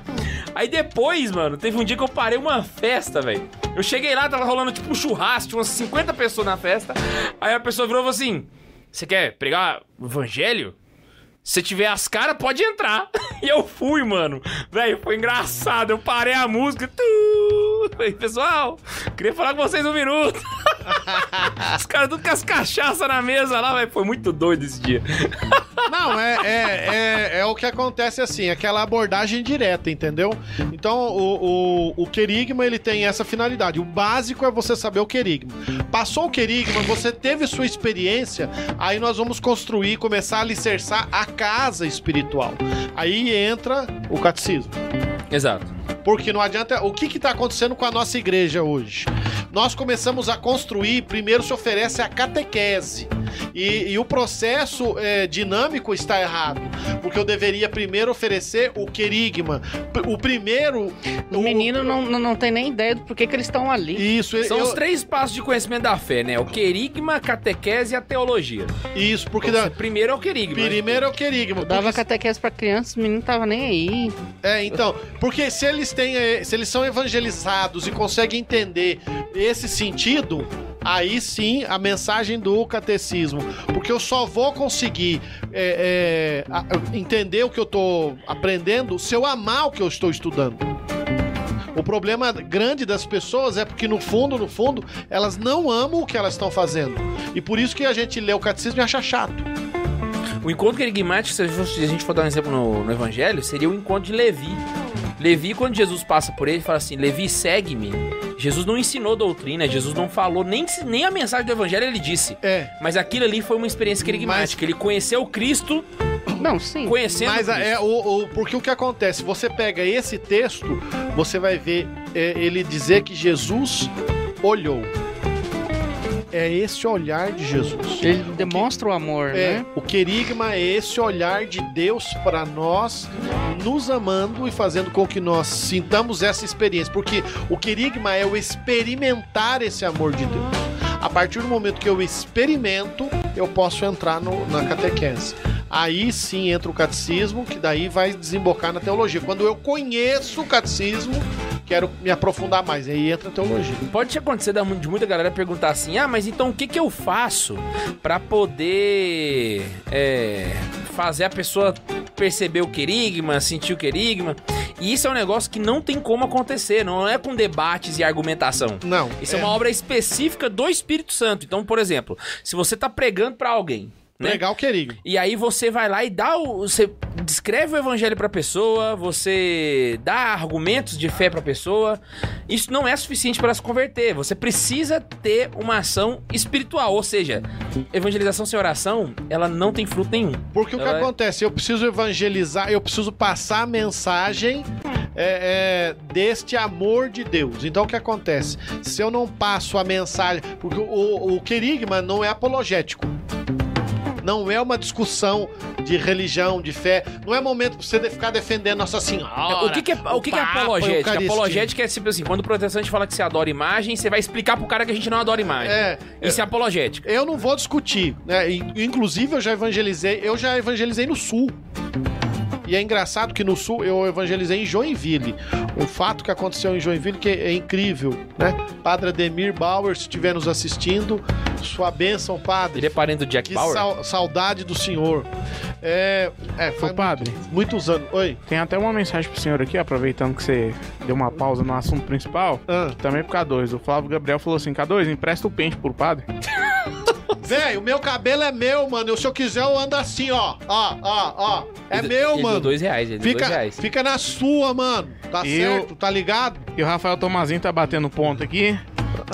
S6: Aí depois, mano, teve um dia que eu parei uma festa, velho. Eu cheguei lá, tava rolando tipo um churrasco, tinha umas 50 pessoas na festa. Aí a pessoa virou e falou assim: você quer pregar o evangelho? Se tiver as caras, pode entrar. E eu fui, mano. Velho, foi engraçado. Eu parei a música. Tu... Falei, pessoal, queria falar com vocês um minuto. Os caras tudo com as cachaças na mesa lá, velho. Foi muito doido esse dia.
S3: Não, é, é, é, é o que acontece assim, aquela abordagem direta, entendeu? Então, o, o, o querigma, ele tem essa finalidade. O básico é você saber o querigma. Passou o querigma, você teve sua experiência, aí nós vamos construir, começar a alicerçar a casa espiritual. Aí entra o catecismo.
S6: Exato.
S3: Porque não adianta. O que está acontecendo com a nossa igreja hoje? Nós começamos a construir, primeiro se oferece a catequese. E, e o processo é, dinâmico está errado. Porque eu deveria primeiro oferecer o querigma. P- O primeiro.
S4: O menino não, não, não tem nem ideia do porquê que eles estão ali.
S3: Isso,
S2: São
S3: eu-
S2: os três passos de conhecimento da fé, né? O querigma, a catequese e a teologia.
S3: isso, porque.
S2: Então,
S3: da-
S2: primeiro é o
S6: né?
S2: querigma.
S3: Primeiro é o querigma.
S4: Eu dava
S3: porque-
S4: catequese pra criança, os meninos não tava nem aí.
S3: É, então, porque se eles têm, eh, se eles são evangelizados e conseguem entender esse sentido, aí sim a mensagem do catecismo, porque eu só vou conseguir eh, eh, a- entender o que eu tô aprendendo se eu amar o que eu estou estudando. O problema grande das pessoas é porque no fundo, no fundo, elas não amam o que elas estão fazendo. E por isso que a gente lê o catecismo e acha chato.
S2: O encontro querigmático, se a gente- se a gente for dar um exemplo no, no evangelho, seria o encontro de Levi. Levi, quando Jesus passa por ele, fala assim: Levi, segue-me. Jesus não ensinou doutrina, Jesus não falou nem, se- nem a mensagem do evangelho, ele disse.
S3: É.
S2: Mas aquilo ali foi uma experiência querigmática. Ele conheceu Cristo
S4: Não, sim.
S2: conhecendo
S3: Mas
S2: Cristo.
S3: é o, o- porque o que acontece? Você pega esse texto, você vai ver é, ele dizer que Jesus olhou. É esse olhar de Jesus.
S4: Ele demonstra o amor,
S3: É,
S4: né?
S3: o querigma é esse olhar de Deus para nós, nos amando e fazendo com que nós sintamos essa experiência. Porque o querigma é o experimentar esse amor de Deus. A partir do momento que eu experimento, eu posso entrar no- na catequese. Aí sim entra o catecismo, que daí vai desembocar na teologia. Quando eu conheço o catecismo, quero me aprofundar mais. Aí entra a teologia.
S2: Pode acontecer da- de muita galera perguntar assim: ah, mas então o que, que eu faço pra poder é, fazer a pessoa perceber o querigma, sentir o querigma? E isso é um negócio que não tem como acontecer, não é com debates e argumentação.
S3: Não.
S2: Isso é, uma obra específica do Espírito Santo. Então, por exemplo, se você tá pregando pra alguém, né?
S3: Legal, querigma.
S2: E aí você vai lá e dá o. Você descreve o evangelho pra pessoa, você dá argumentos de fé pra pessoa. Isso não é suficiente para ela se converter. Você precisa ter uma ação espiritual. Ou seja, evangelização sem oração, ela não tem fruto nenhum.
S3: Porque o que
S2: Ela é-
S3: acontece? Eu preciso evangelizar, eu preciso passar a mensagem é, é, deste amor de Deus. Então o que acontece? Se eu não passo a mensagem. Porque o, o querigma não é apologético. Não é uma discussão de religião, de fé. Não é momento pra você de- ficar defendendo Nossa Senhora.
S2: o que, que é, o que, que é
S3: Papa,
S2: apologética?
S3: Eucaristia.
S2: Apologética é tipo assim: quando o protestante fala que você adora imagem, você vai explicar pro cara que a gente não adora imagem.
S3: É,
S2: Isso é apologética.
S3: eu não vou discutir, né? In- Inclusive eu já evangelizei, eu já evangelizei no sul. E é engraçado que no sul eu evangelizei em Joinville. O fato que aconteceu em Joinville que é incrível, né? Padre Ademir Bauer, se estiver nos assistindo, sua bênção,
S2: Ele
S3: padre.
S2: é parente do Jack
S3: Que
S2: Bauer?
S3: sau- saudade do senhor. É, é
S5: Ô,
S3: foi
S5: padre,
S3: muitos anos. Oi.
S5: tem até uma mensagem pro senhor aqui, aproveitando que você deu uma pausa no assunto principal.
S3: Ah.
S5: Também pro K2. O Flávio Gabriel falou assim: K2, empresta o pente pro padre.
S3: Véi, o meu cabelo é meu, mano. Eu, se eu quiser, eu ando assim, ó. Ó, ó, ó. É
S2: Ele-
S3: meu,
S2: ele Deu
S3: mano.
S2: dois reais, ele deu dois
S3: Fica,
S2: reais.
S3: fica na sua, mano. Tá
S5: Eu-
S3: certo, tá ligado?
S5: E o Rafael Tomazinho tá batendo ponto aqui.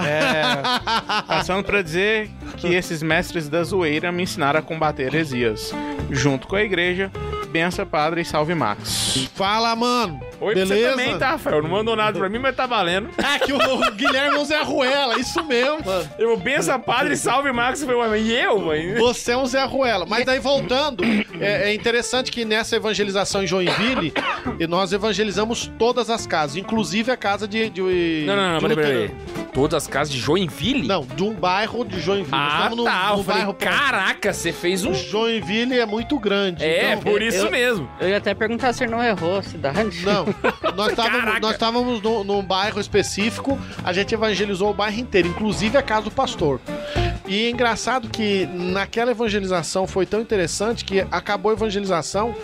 S5: É, passando pra dizer que esses mestres da zoeira me ensinaram a combater heresias, junto com a igreja, bença, padre, e salve Max.
S3: Fala, mano.
S6: Oi pra você
S3: Beleza?
S6: também, tá, Rafael? Não mandou nada pra mim, mas tá valendo.
S3: Ah, que o, o Guilherme é um Zé Ruela. Isso mesmo, mano.
S6: Eu bença, padre, salve, Max. Eu falei, ué, E eu, mãe?
S3: Você é um Zé Ruela. Mas daí voltando, é, é interessante que nessa evangelização em Joinville, e nós evangelizamos todas as casas, inclusive a casa de. de
S6: Não, não, não,
S3: de
S6: peraí, peraí.
S3: luterano.
S6: Todas as casas de Joinville?
S3: Não, de um bairro de Joinville. Nós
S6: Ah,
S3: estamos num-
S6: tá.
S3: num
S6: eu falei, caraca, você fez um...
S3: Joinville é muito grande.
S6: É,
S3: então-
S6: por isso
S4: eu-
S6: mesmo.
S4: Eu ia até perguntar se ele não errou a cidade.
S3: Não, nós
S6: Caraca.
S3: estávamos, nós estávamos num, num bairro específico, a gente evangelizou o bairro inteiro, inclusive a casa do pastor. E é engraçado que naquela evangelização foi tão interessante que acabou a evangelização,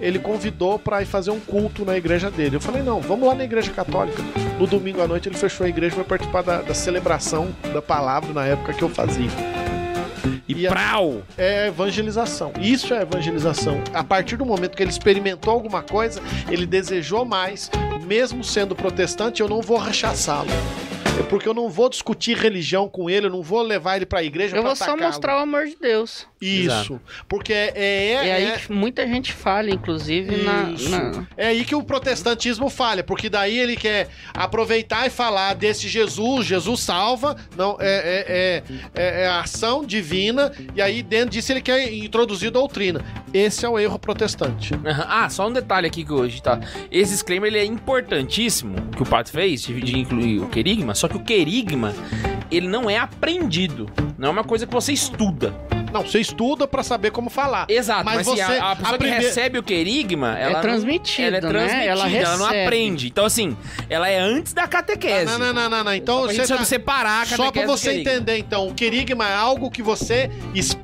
S3: ele convidou para ir fazer um culto na igreja dele. Eu falei, não, vamos lá na igreja católica. No domingo à noite ele fechou a igreja e foi participar da, da celebração da palavra na época que eu fazia.
S6: E,
S3: E a-
S6: prau!
S3: É evangelização. Isso é evangelização. A partir do momento que ele experimentou alguma coisa, ele desejou mais, mesmo sendo protestante, eu não vou rechaçá-lo. É porque eu não vou discutir religião com ele, eu não vou levar ele pra igreja
S4: Eu
S3: pra
S4: vou só
S3: atacá-lo.
S4: mostrar o amor de Deus.
S3: isso. Porque é, é,
S4: É,
S3: é-
S4: aí que muita gente falha, inclusive, na,
S3: Isso.
S4: na-
S3: é aí que o protestantismo falha, porque daí ele quer aproveitar e falar desse Jesus, Jesus salva, não é, é, é, é- é a ação divina, e aí dentro disso ele quer introduzir doutrina. Esse é o erro protestante.
S2: Ah, só um detalhe aqui que hoje tá. Esse disclaimer ele é importantíssimo que o Pato fez de de incluir o querigma, só que o querigma ele não é aprendido, não é uma coisa que você estuda.
S3: Não, você estuda pra saber como falar.
S2: Exato, mas,
S3: Mas
S2: assim,
S3: você-
S2: a, a pessoa que
S3: a primeira-
S2: recebe o querigma, ela
S4: é transmitida,
S2: ela é transmitida,
S4: né?
S2: ela, não
S4: recebe.
S2: aprende. Então assim, ela é antes da catequese.
S3: Não, não, não, não, não. Então
S2: a
S3: você
S2: gente
S3: tá...
S2: sabe né, separar a catequese
S3: Só pra
S2: do
S3: você
S2: querigma.
S3: entender, então, o querigma é algo que você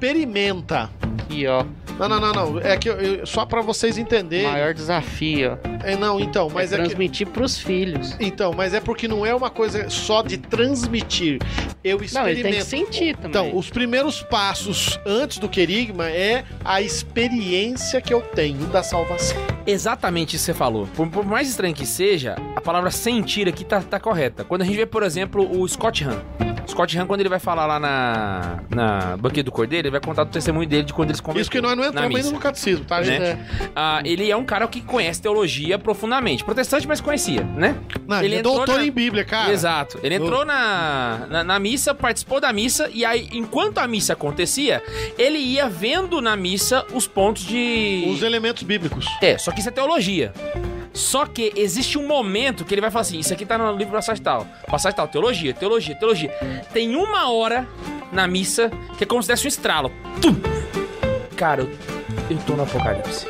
S3: experimenta.
S4: E ó,
S3: Não, não, não, não. É que eu- eu- só pra vocês entenderem.
S4: maior desafio, ó.
S3: É, não, então, mas
S4: é
S3: é, que-
S4: transmitir pros filhos.
S3: Então, mas é porque não é uma coisa só de transmitir. Eu experimento.
S4: Não, ele tem que sentir também.
S3: Então, os primeiros passos antes do querigma é a experiência que eu tenho da salvação.
S2: Exatamente isso que você falou. Por, por mais estranho que seja, a palavra sentir aqui tá, tá correta. Quando a gente vê, por exemplo, o Scott Han. Scott Han, quando ele vai falar lá na, na Banquete do Cordeiro, ele vai contar do testemunho dele de quando eles converteram.
S3: Isso que nós não
S2: na
S3: entramos
S2: missa.
S3: ainda no catecismo, tá,
S2: Né?
S3: gente?
S2: Ah, ele é um cara que conhece teologia profundamente. Protestante, mas conhecia, né?
S3: Não,
S2: Ele
S3: ele, é
S2: entrou
S3: doutor
S2: na-
S3: em Bíblia, cara.
S2: Exato. Ele entrou na, na, na missa, participou da missa, e aí, enquanto a missa acontecia, ele ia vendo na missa os pontos de.
S3: Os elementos bíblicos.
S2: É, só que isso é teologia. Só que existe um momento que ele vai falar assim: isso aqui tá no livro passagem tal, passagem tal, teologia, teologia, teologia. Tem uma hora na missa que é como se desse um estralo. Tum! Cara, eu, eu tô no apocalipse.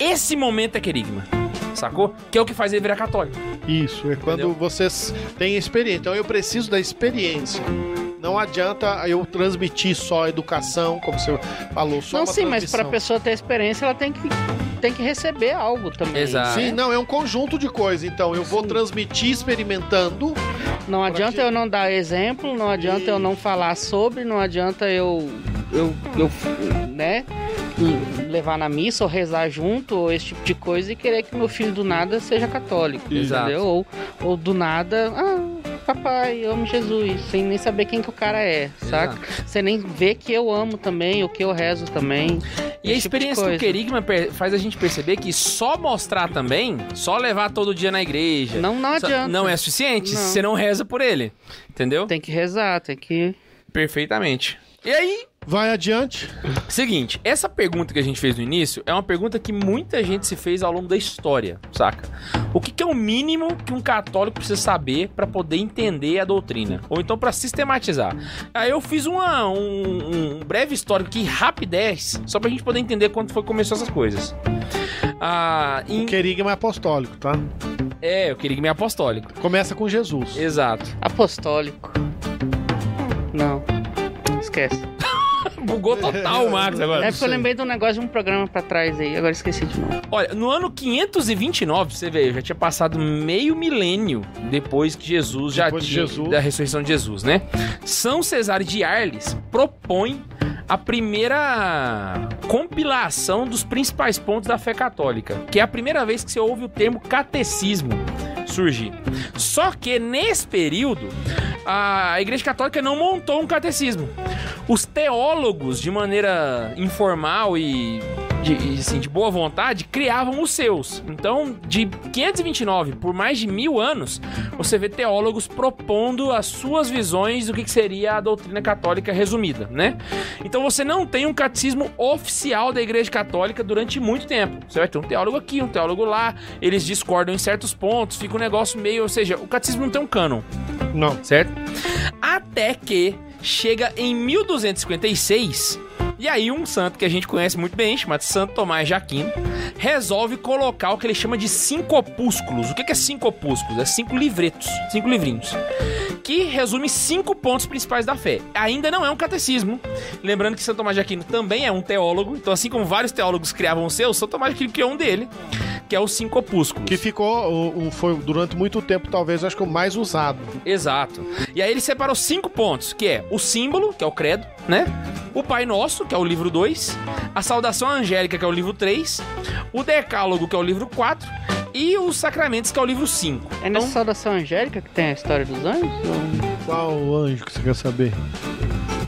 S2: Esse momento é querigma, sacou? Que é o que faz ele virar católico.
S3: Isso, é quando
S2: Entendeu?
S3: vocês têm experiência. Então eu preciso da experiência. Não adianta eu transmitir só a educação, como você falou, só
S4: Não,
S3: uma
S4: sim, mas pra
S3: transmissão.
S4: pessoa ter experiência, ela tem que, tem que receber algo também.
S2: Exato.
S3: Sim, não, é um conjunto de coisas. Então eu vou transmitir experimentando
S4: Não adianta
S3: que-
S4: eu não dar exemplo, não adianta eu não falar sobre, não adianta eu, eu, eu, né, levar na missa ou rezar junto ou esse tipo de coisa e querer que meu filho do nada seja católico,
S2: Exato.
S4: entendeu? Ou, ou do nada, ah, papai, eu amo Jesus, sem nem saber quem que o cara é, saca? Você nem vê que eu amo também, ou que eu rezo também.
S2: E a
S4: esse tipo de
S2: experiência do
S4: coisa.
S2: querigma per- faz a gente perceber que só mostrar também, só levar todo dia na igreja,
S4: Não, não
S2: só-
S4: adianta.
S2: é suficiente.
S4: Não.
S2: Você não reza por ele, entendeu?
S4: Tem que rezar, tem que.
S2: Perfeitamente. E aí,
S3: Vai adiante.
S2: Seguinte, essa pergunta que a gente fez no início é uma pergunta que muita gente se fez ao longo da história, saca? O que, que é o mínimo que um católico precisa saber pra poder entender a doutrina? Ou então pra sistematizar? Aí eu fiz uma, um, um breve histórico aqui, rapidez, só pra gente poder entender quando foi que começou essas coisas. Ah, em-
S3: O querigma é apostólico, tá?
S2: É, eu queria que me apostólico.
S3: Começa com Jesus.
S2: Exato.
S4: Apostólico. Não. Esquece.
S2: Bugou total o Max agora.
S4: É porque eu lembrei de um negócio de um programa pra trás aí, agora esqueci de novo.
S2: Olha, no ano 529, você vê, já tinha passado meio milênio depois que Jesus já
S3: Depois de
S2: tinha
S3: Jesus.
S2: da ressurreição de Jesus, né? São Cesário de Arles propõe a primeira compilação dos principais pontos da fé católica, que é a primeira vez que você ouve o termo catecismo surgir. Só que nesse período, a Igreja Católica não montou um catecismo. Os teólogos, de maneira informal e de, assim, de boa vontade, criavam os seus. Então, de 529 por mais de mil anos, você vê teólogos propondo as suas visões do que que seria a doutrina católica resumida, né? Então você não tem um catecismo oficial da Igreja Católica durante muito tempo. Você vai ter um teólogo aqui, um teólogo lá, eles discordam em certos pontos, fica um negócio meio, ou seja, o catecismo não tem um cânon
S3: Não.
S2: certo? Até que chega em 1256 e aí um santo que a gente conhece muito bem, chamado Santo Tomás de Aquino, resolve colocar o que ele chama de cinco opúsculos. O que que é cinco opúsculos? É cinco livretos, cinco livrinhos, que resume cinco pontos principais da fé. Ainda não é um catecismo. Lembrando que Santo Tomás de Aquino também é um teólogo, então assim como vários teólogos criavam o seu, Santo Tomás de Aquino criou um dele, que é os cinco opúsculos.
S3: Que ficou, o- o- foi durante muito tempo, talvez, acho que o mais usado.
S2: Exato. E aí ele separou cinco pontos, que é o símbolo, que é o credo, né? O Pai Nosso, que é o livro 2, a Saudação Angélica, que é o livro 3, o Decálogo, que é o livro 4, e os Sacramentos, que é o livro 5.
S4: É nessa saudação angélica que tem a história dos anjos? Ou-
S3: Qual anjo que você quer saber?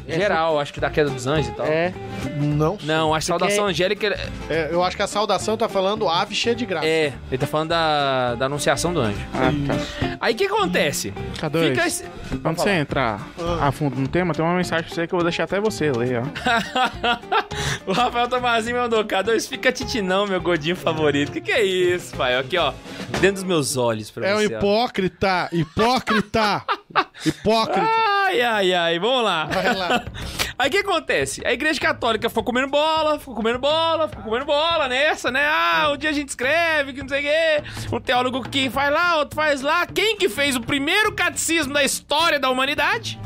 S3: É,
S2: Geral, acho que da queda dos anjos e tal.
S4: É.
S3: Não.
S2: Não, a Saudação Angélica
S3: É, eu acho que a saudação tá falando ave cheia de graça.
S2: é. Ele tá falando da, da Anunciação do Anjo.
S4: Ah, tá.
S2: Aí o que acontece?
S5: K2,
S2: Fica esse.
S5: quando você entrar a fundo no tema, tem uma mensagem pra você que eu vou deixar até você ler, ó.
S2: o Rafael Tomazinho mandou cá. Dois fica titinão, meu godinho favorito. Que que é isso, pai? Aqui, ó. Dentro dos meus olhos pra
S3: É um
S2: você. ó.
S3: hipócrita, hipócrita, hipócrita.
S2: Ai, ai, ai. Vamos lá.
S3: Vai lá.
S2: Aí o que acontece? A igreja católica ficou comendo bola, ficou comendo bola, ficou comendo bola nessa, né? Ah, um dia a gente escreve, que não sei o quê. Um teólogo que faz lá, outro faz lá. Quem que fez o primeiro catecismo da história da humanidade?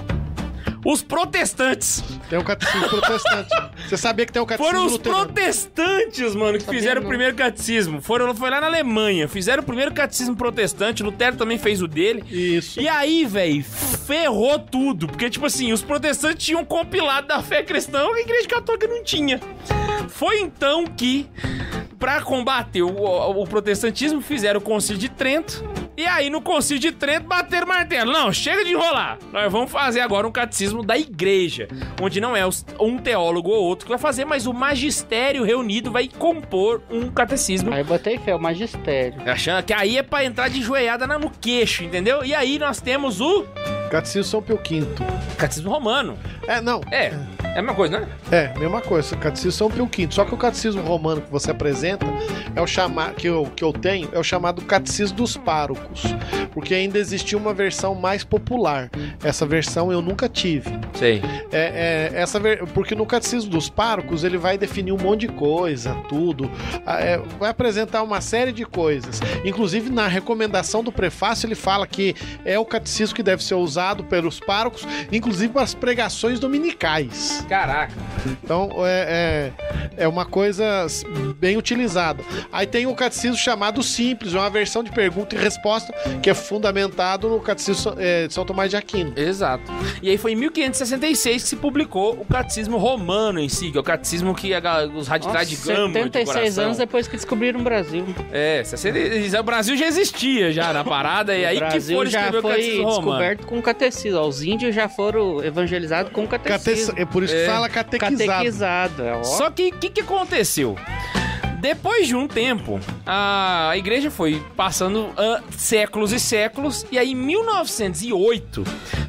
S2: Os protestantes.
S3: Tem um catecismo protestante. Você sabia que tem um catecismo
S2: Foram os
S3: luterano?
S2: protestantes, mano, que fizeram o primeiro catecismo. Foram, foi lá na Alemanha, fizeram o primeiro catecismo protestante. Lutero também fez o dele.
S3: Isso.
S2: E aí, velho, ferrou tudo. Porque, tipo assim, os protestantes tinham compilado da fé cristã que a igreja católica não tinha. Foi então que, pra combater o, o- o protestantismo, fizeram o Concílio de Trento. E aí, no Concílio de Trento, bateram o martelo. Não, chega de enrolar. Nós vamos fazer agora um catecismo da igreja, onde não é os- um teólogo ou outro que vai fazer, mas o magistério reunido vai compor um catecismo
S4: Aí eu botei fé, o magistério.
S2: Achando que aí é pra entrar de joelhada na- no queixo, entendeu? E aí nós temos o
S3: Catecismo São Pio V.
S2: catecismo romano.
S3: É, não,
S2: É, é a mesma coisa, né?
S3: é, mesma coisa. Catecismo São Pio V. Só que o catecismo romano que você apresenta, é o chama... que, eu, que eu tenho, é o chamado catecismo dos párocos. Porque ainda existia uma versão mais popular. Essa versão eu nunca tive.
S2: Sei.
S3: É, é, essa ver- Porque no Catecismo dos Párocos ele vai definir um monte de coisa, tudo. Ah, é, vai apresentar uma série de coisas. Inclusive, na recomendação do prefácio, ele fala que é o catecismo que deve ser usado pelos párocos, inclusive para as pregações dominicais.
S2: Caraca.
S3: Então, é, é, é uma coisa s- bem utilizada. Aí tem o catecismo chamado Simples, é uma versão de pergunta e resposta que é fundamentado no Catecismo eh, de São Tomás de Aquino.
S2: Exato. E aí foi em 1566 que se publicou o catecismo romano em si, que é o catecismo que a ga- os radicais de gama de
S4: 76
S2: coração-
S4: anos depois que descobriram o Brasil.
S2: É, 60 o Brasil já existia já na parada, e É aí
S4: o
S2: que
S4: Brasil
S2: foram
S4: já
S2: escrever o
S4: foi
S2: catecismo romano.
S4: descoberto com o catecismo. Ó, Os índios já foram evangelizados com o
S3: Cate...
S4: catecismo.
S3: É por isso que
S2: É.
S3: fala catequizado.
S4: Catequizado. é, ó.
S2: Só que o que, que aconteceu? Depois de um tempo, a a igreja foi passando ah, séculos e séculos, e aí em 1908,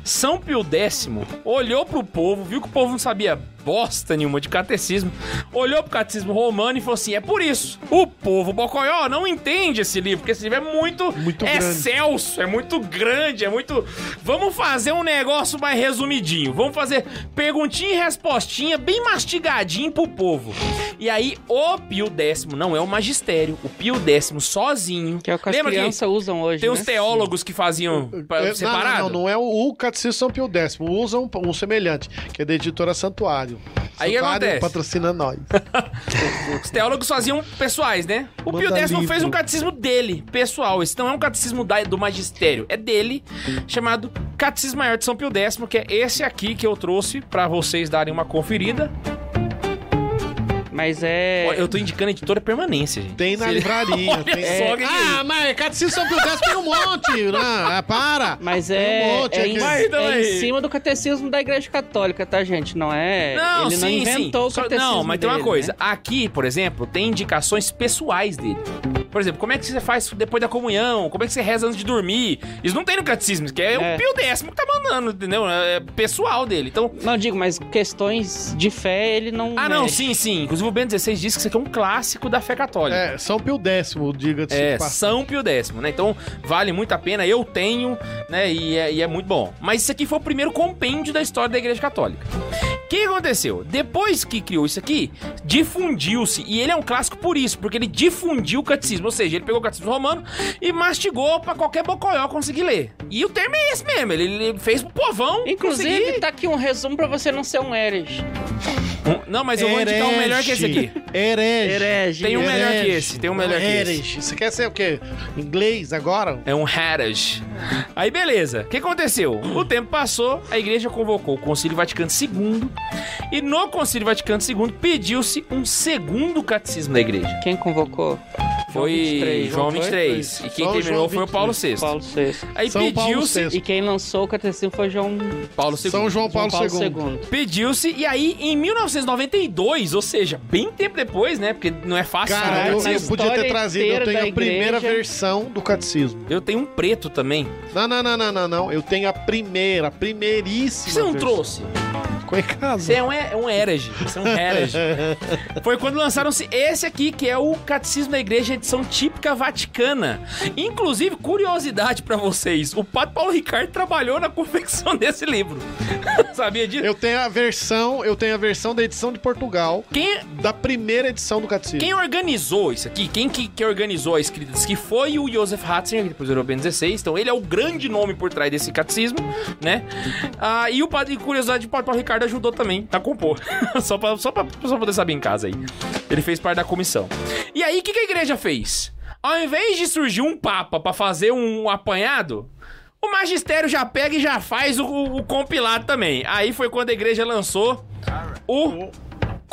S2: São Pio X olhou pro povo, viu que o povo não sabia bosta nenhuma de catecismo, olhou pro catecismo romano e falou assim: é por isso, o povo bocoió não entende esse livro, porque esse livro é muito,
S3: Muito grande.
S2: excelso, é muito grande, é muito. Vamos fazer um negócio mais resumidinho, vamos fazer perguntinha e respostinha bem mastigadinho pro povo. E aí, o Pio X não é o magistério, o Pio X sozinho.
S4: Que é o que as
S2: Lembra que
S4: crianças usam hoje,
S2: Tem
S4: né?
S2: os teólogos que faziam pa-
S3: É, não,
S2: separado?
S3: Não, não, não é o, o Catecismo São Pio X. Usa um, um semelhante, que é da editora Santuário.
S2: Aí que
S3: Santuário
S2: acontece?
S3: patrocina nós.
S2: Os teólogos faziam pessoais, né? O
S3: Manda
S2: Pio X não fez
S3: livro.
S2: um catecismo dele, pessoal. Esse não é um catecismo da- do magistério, é dele, chamado Catecismo Maior de São Pio X, que é esse aqui que eu trouxe pra vocês darem uma conferida.
S4: Mas é.
S2: Ó, Eu tô indicando a editora permanência, gente.
S3: Tem na livraria. tem...
S2: só que-
S3: Ah, mas Catecismo São Pio X tem um monte. Né? Ah, para.
S4: Mas
S3: Tem um
S4: é,
S3: monte
S4: é,
S3: aqui.
S4: em,
S2: Mas então
S4: é em
S2: aí-
S4: cima do catecismo da Igreja Católica, tá, gente? Não é.
S2: Não,
S4: ele
S2: sim,
S4: não inventou
S2: sim.
S4: o
S2: Só-
S4: catecismo.
S2: Não, mas tem uma
S4: dele,
S2: coisa.
S4: né?
S2: Aqui, por exemplo, tem indicações pessoais dele. Por exemplo, como é que você faz depois da comunhão? Como é que você reza antes de dormir? Isso não tem no catecismo, que é,
S4: É.
S2: o Pio décimo que tá mandando, entendeu? É pessoal dele. Então,
S4: Não, digo, mas questões de fé ele não. é.
S2: ah, não,
S4: mexe.
S2: sim, sim. Inclusive o Bento XVI diz que isso aqui é um clássico da fé católica.
S3: É, São Pio X, diga-se.
S2: É,
S3: de passagem.
S2: São Pio X, né? Então vale muito a pena, eu tenho, né? E é, e é muito bom. Mas isso aqui foi o primeiro compêndio da história da Igreja Católica. O que aconteceu? Depois que criou isso aqui, difundiu-se. E ele é um clássico por isso, porque ele difundiu o catecismo. Ou seja, ele pegou o catecismo romano e mastigou pra qualquer bocoió conseguir ler. E o termo é esse mesmo, ele, ele fez pro povão.
S4: Inclusive,
S2: conseguir-
S4: tá aqui um resumo pra você não ser um herege.
S2: Não, mas eu vou indicar um melhor que esse aqui.
S3: Herege.
S4: Herege.
S2: Tem um
S3: Herege.
S2: melhor que esse, tem um melhor que esse.
S3: Herege. Você quer ser o quê? Inglês agora?
S2: É um Harash. Aí beleza. O que aconteceu? O tempo passou, a igreja convocou o Concílio Vaticano II e no Concílio Vaticano II pediu-se um segundo catecismo da igreja.
S4: Quem convocou?
S2: Foi João 23. E quem
S3: Só o
S2: terminou
S3: João
S2: foi o Paulo VI.
S4: Paulo VI.
S2: Aí
S3: São Paulo
S2: pediu-se
S3: VI.
S4: E quem lançou o catecismo foi João João
S2: Paulo II.
S3: São João Paulo,
S4: Paulo
S3: II.
S4: II.
S2: Pediu-se e aí em 1992, ou seja, bem tempo depois, né? Porque não é fácil.
S3: Cara,
S2: né, o
S3: eu, eu
S4: na
S2: catecismo.
S3: podia ter
S4: história
S3: trazido. Eu
S4: inteira
S3: tenho
S4: da
S3: a primeira
S4: igreja-
S3: versão do catecismo.
S2: eu tenho um preto também.
S3: Não, não, não, não, não, não. Eu tenho a primeira, a
S2: Por que
S3: primeiríssima.
S2: você não
S3: versão.
S2: trouxe?
S3: Ficou em casa.
S2: Você é um, é um herege. Você é um herege. Foi quando lançaram-se esse aqui, que é o Catecismo da Igreja, edição típica vaticana. Inclusive, curiosidade pra vocês, o Padre Paulo Ricardo trabalhou na confecção desse livro. Sabia disso?
S3: Eu tenho a versão, eu tenho a versão da edição de Portugal,
S2: Quem,
S3: da primeira edição do catecismo.
S2: quem organizou isso aqui, quem que, que organizou a escrita disso aqui foi o Joseph Ratzinger, que depois virou Ben 16, então ele é o grande nome por trás desse catecismo, né? Ah, e o padre, curiosidade, o padre Paulo Ricardo ajudou também a compor, só, pra, só, pra, só pra poder saber em casa aí. Ele fez parte da comissão. E aí, o que, que a igreja fez? Ao invés de surgir um papa pra fazer um apanhado... O magistério já pega e já faz o, o- o compilado também. Aí foi quando a igreja lançou o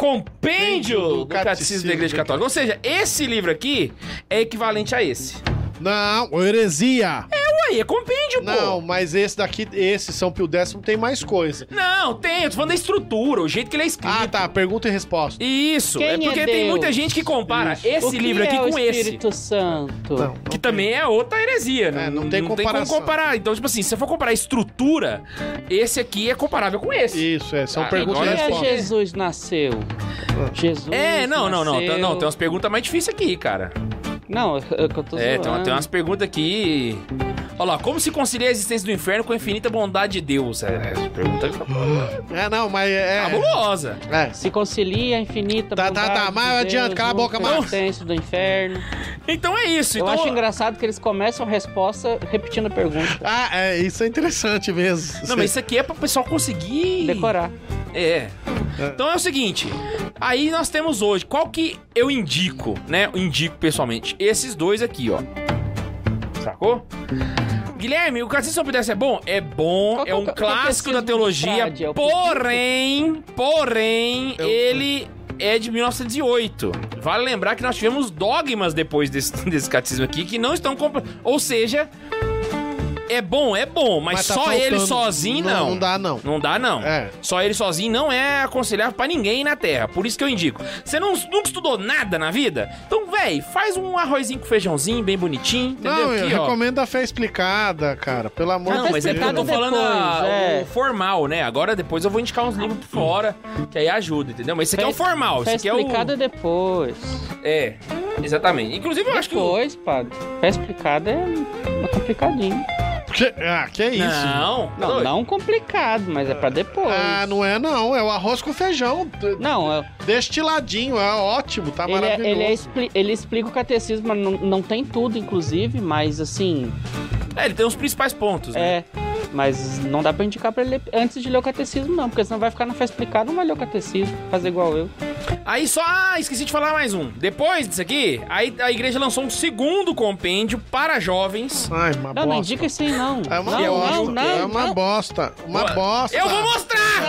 S2: compêndio do Catecismo da Igreja Católica. Ou seja, esse livro aqui é equivalente a esse.
S3: Não, heresia.
S2: Ué, é compêndio,
S3: Não,
S2: pô.
S3: mas esse daqui, esse São Pio X tem mais coisa.
S2: Não, tem. Eu tô falando da estrutura, o jeito que ele é escrito.
S3: Ah, tá, pergunta e resposta.
S2: Isso, é
S4: Quem é
S2: porque tem
S4: Deus?
S2: muita gente que compara
S4: O
S2: esse
S4: que
S2: livro aqui
S4: é o
S2: com esse.
S4: Espírito Santo.
S3: Não,
S2: Que também é outra heresia, né?
S3: É, não tem comparação.
S2: como comparar. Então, tipo assim, se você for comparar a estrutura, esse aqui é comparável com esse.
S3: Isso, é, são
S2: Ah,
S3: perguntas
S4: Onde
S3: e
S2: agora-
S4: é
S3: respostas.
S4: Jesus nasceu? Jesus
S2: É, não, não, não.
S4: nasceu-
S2: Tá- Não, tem umas perguntas mais difíceis aqui, cara.
S4: Não, é o que eu tô
S2: É, tem, uma-
S4: zoando.
S2: tem umas perguntas aqui. Olha lá, como se concilia a existência do inferno com a infinita bondade de Deus? É, essa pergunta
S3: É, não, mas
S2: Tá
S3: é. é,
S2: fabulosa.
S3: é.
S4: Se concilia a infinita
S3: Tá, tá,
S4: bondade
S3: tá, mas
S4: de
S3: adianta,
S4: Deus,
S3: cala a boca,
S4: nunca
S3: Marcos.
S4: existência do inferno.
S2: Então é isso.
S4: Eu
S2: então,
S4: acho engraçado que eles começam a resposta repetindo a pergunta.
S3: Ah, é, isso é interessante mesmo.
S2: Não, mas isso aqui é pro pessoal conseguir.
S4: Decorar.
S2: É. Então é o seguinte, aí nós temos hoje, qual que eu indico, né? Eu indico pessoalmente, esses dois aqui, ó. Sacou? Guilherme, o Catecismo São Pudesse é bom? É bom,
S4: Qual que
S2: é
S4: é o
S2: um
S4: ca-
S2: clássico
S4: catecismo
S2: da
S4: de
S2: teologia,
S4: Frade? É o
S2: porém, porém,
S3: Eu-
S2: ele é de 1908. Vale lembrar que nós tivemos dogmas depois desse, desse catecismo aqui que não estão... compa- Ou seja, é bom, é bom, mas,
S3: Mas tá
S2: só ele
S3: faltando.
S2: sozinho,
S3: Não,
S2: não.
S3: não dá, não.
S2: Não dá, não.
S3: É.
S2: Só ele sozinho não é aconselhável pra ninguém na Terra. Por isso que eu indico. Você não, nunca estudou nada na vida? Então, véi, faz um arrozinho com feijãozinho, bem bonitinho, entendeu?
S3: Não, eu
S2: Aqui, ó.
S3: recomendo a fé explicada, cara. Pelo amor
S2: Não,
S3: de
S2: mas é porque eu tô
S4: Tá explicado
S2: falando a-
S4: depois, é.
S2: o formal, né? Agora depois eu vou indicar uns livros por fora, que aí ajuda, entendeu? Mas esse aqui é o
S4: Foi-
S2: formal,
S4: Fé
S2: esse aqui é o...
S4: explicada é depois.
S2: É, exatamente. Inclusive eu acho que... o-
S4: Depois, padre. Fé explicada é é complicadinho.
S3: Que- Ah, que isso?
S2: Não, tá
S4: Não,
S2: doido?
S4: não complicado, mas é pra depois.
S3: Ah, não é não, é o arroz com feijão. d-
S4: Não, é-
S3: Destiladinho, é ótimo, tá
S4: ele, é-
S3: maravilhoso.
S4: ele, é expli- ele explica o catecismo, mas não, não tem tudo, inclusive, mas assim,
S2: É, ele tem os principais pontos, né?
S4: é. Mas não dá pra indicar pra ele ler antes de ler o catecismo, não, porque senão vai ficar na fé explicada, não vai ler o catecismo, fazer igual eu.
S2: Aí só, ah, esqueci de falar mais um. Depois disso aqui, aí a igreja lançou um segundo compêndio para jovens.
S3: Ai, uma
S4: Não, não
S3: bosta.
S4: indica isso aí, não.
S3: É uma
S4: não,
S3: bosta.
S4: não, não,
S3: é uma
S4: não.
S3: bosta. Uma bosta.
S2: Eu vou mostrar!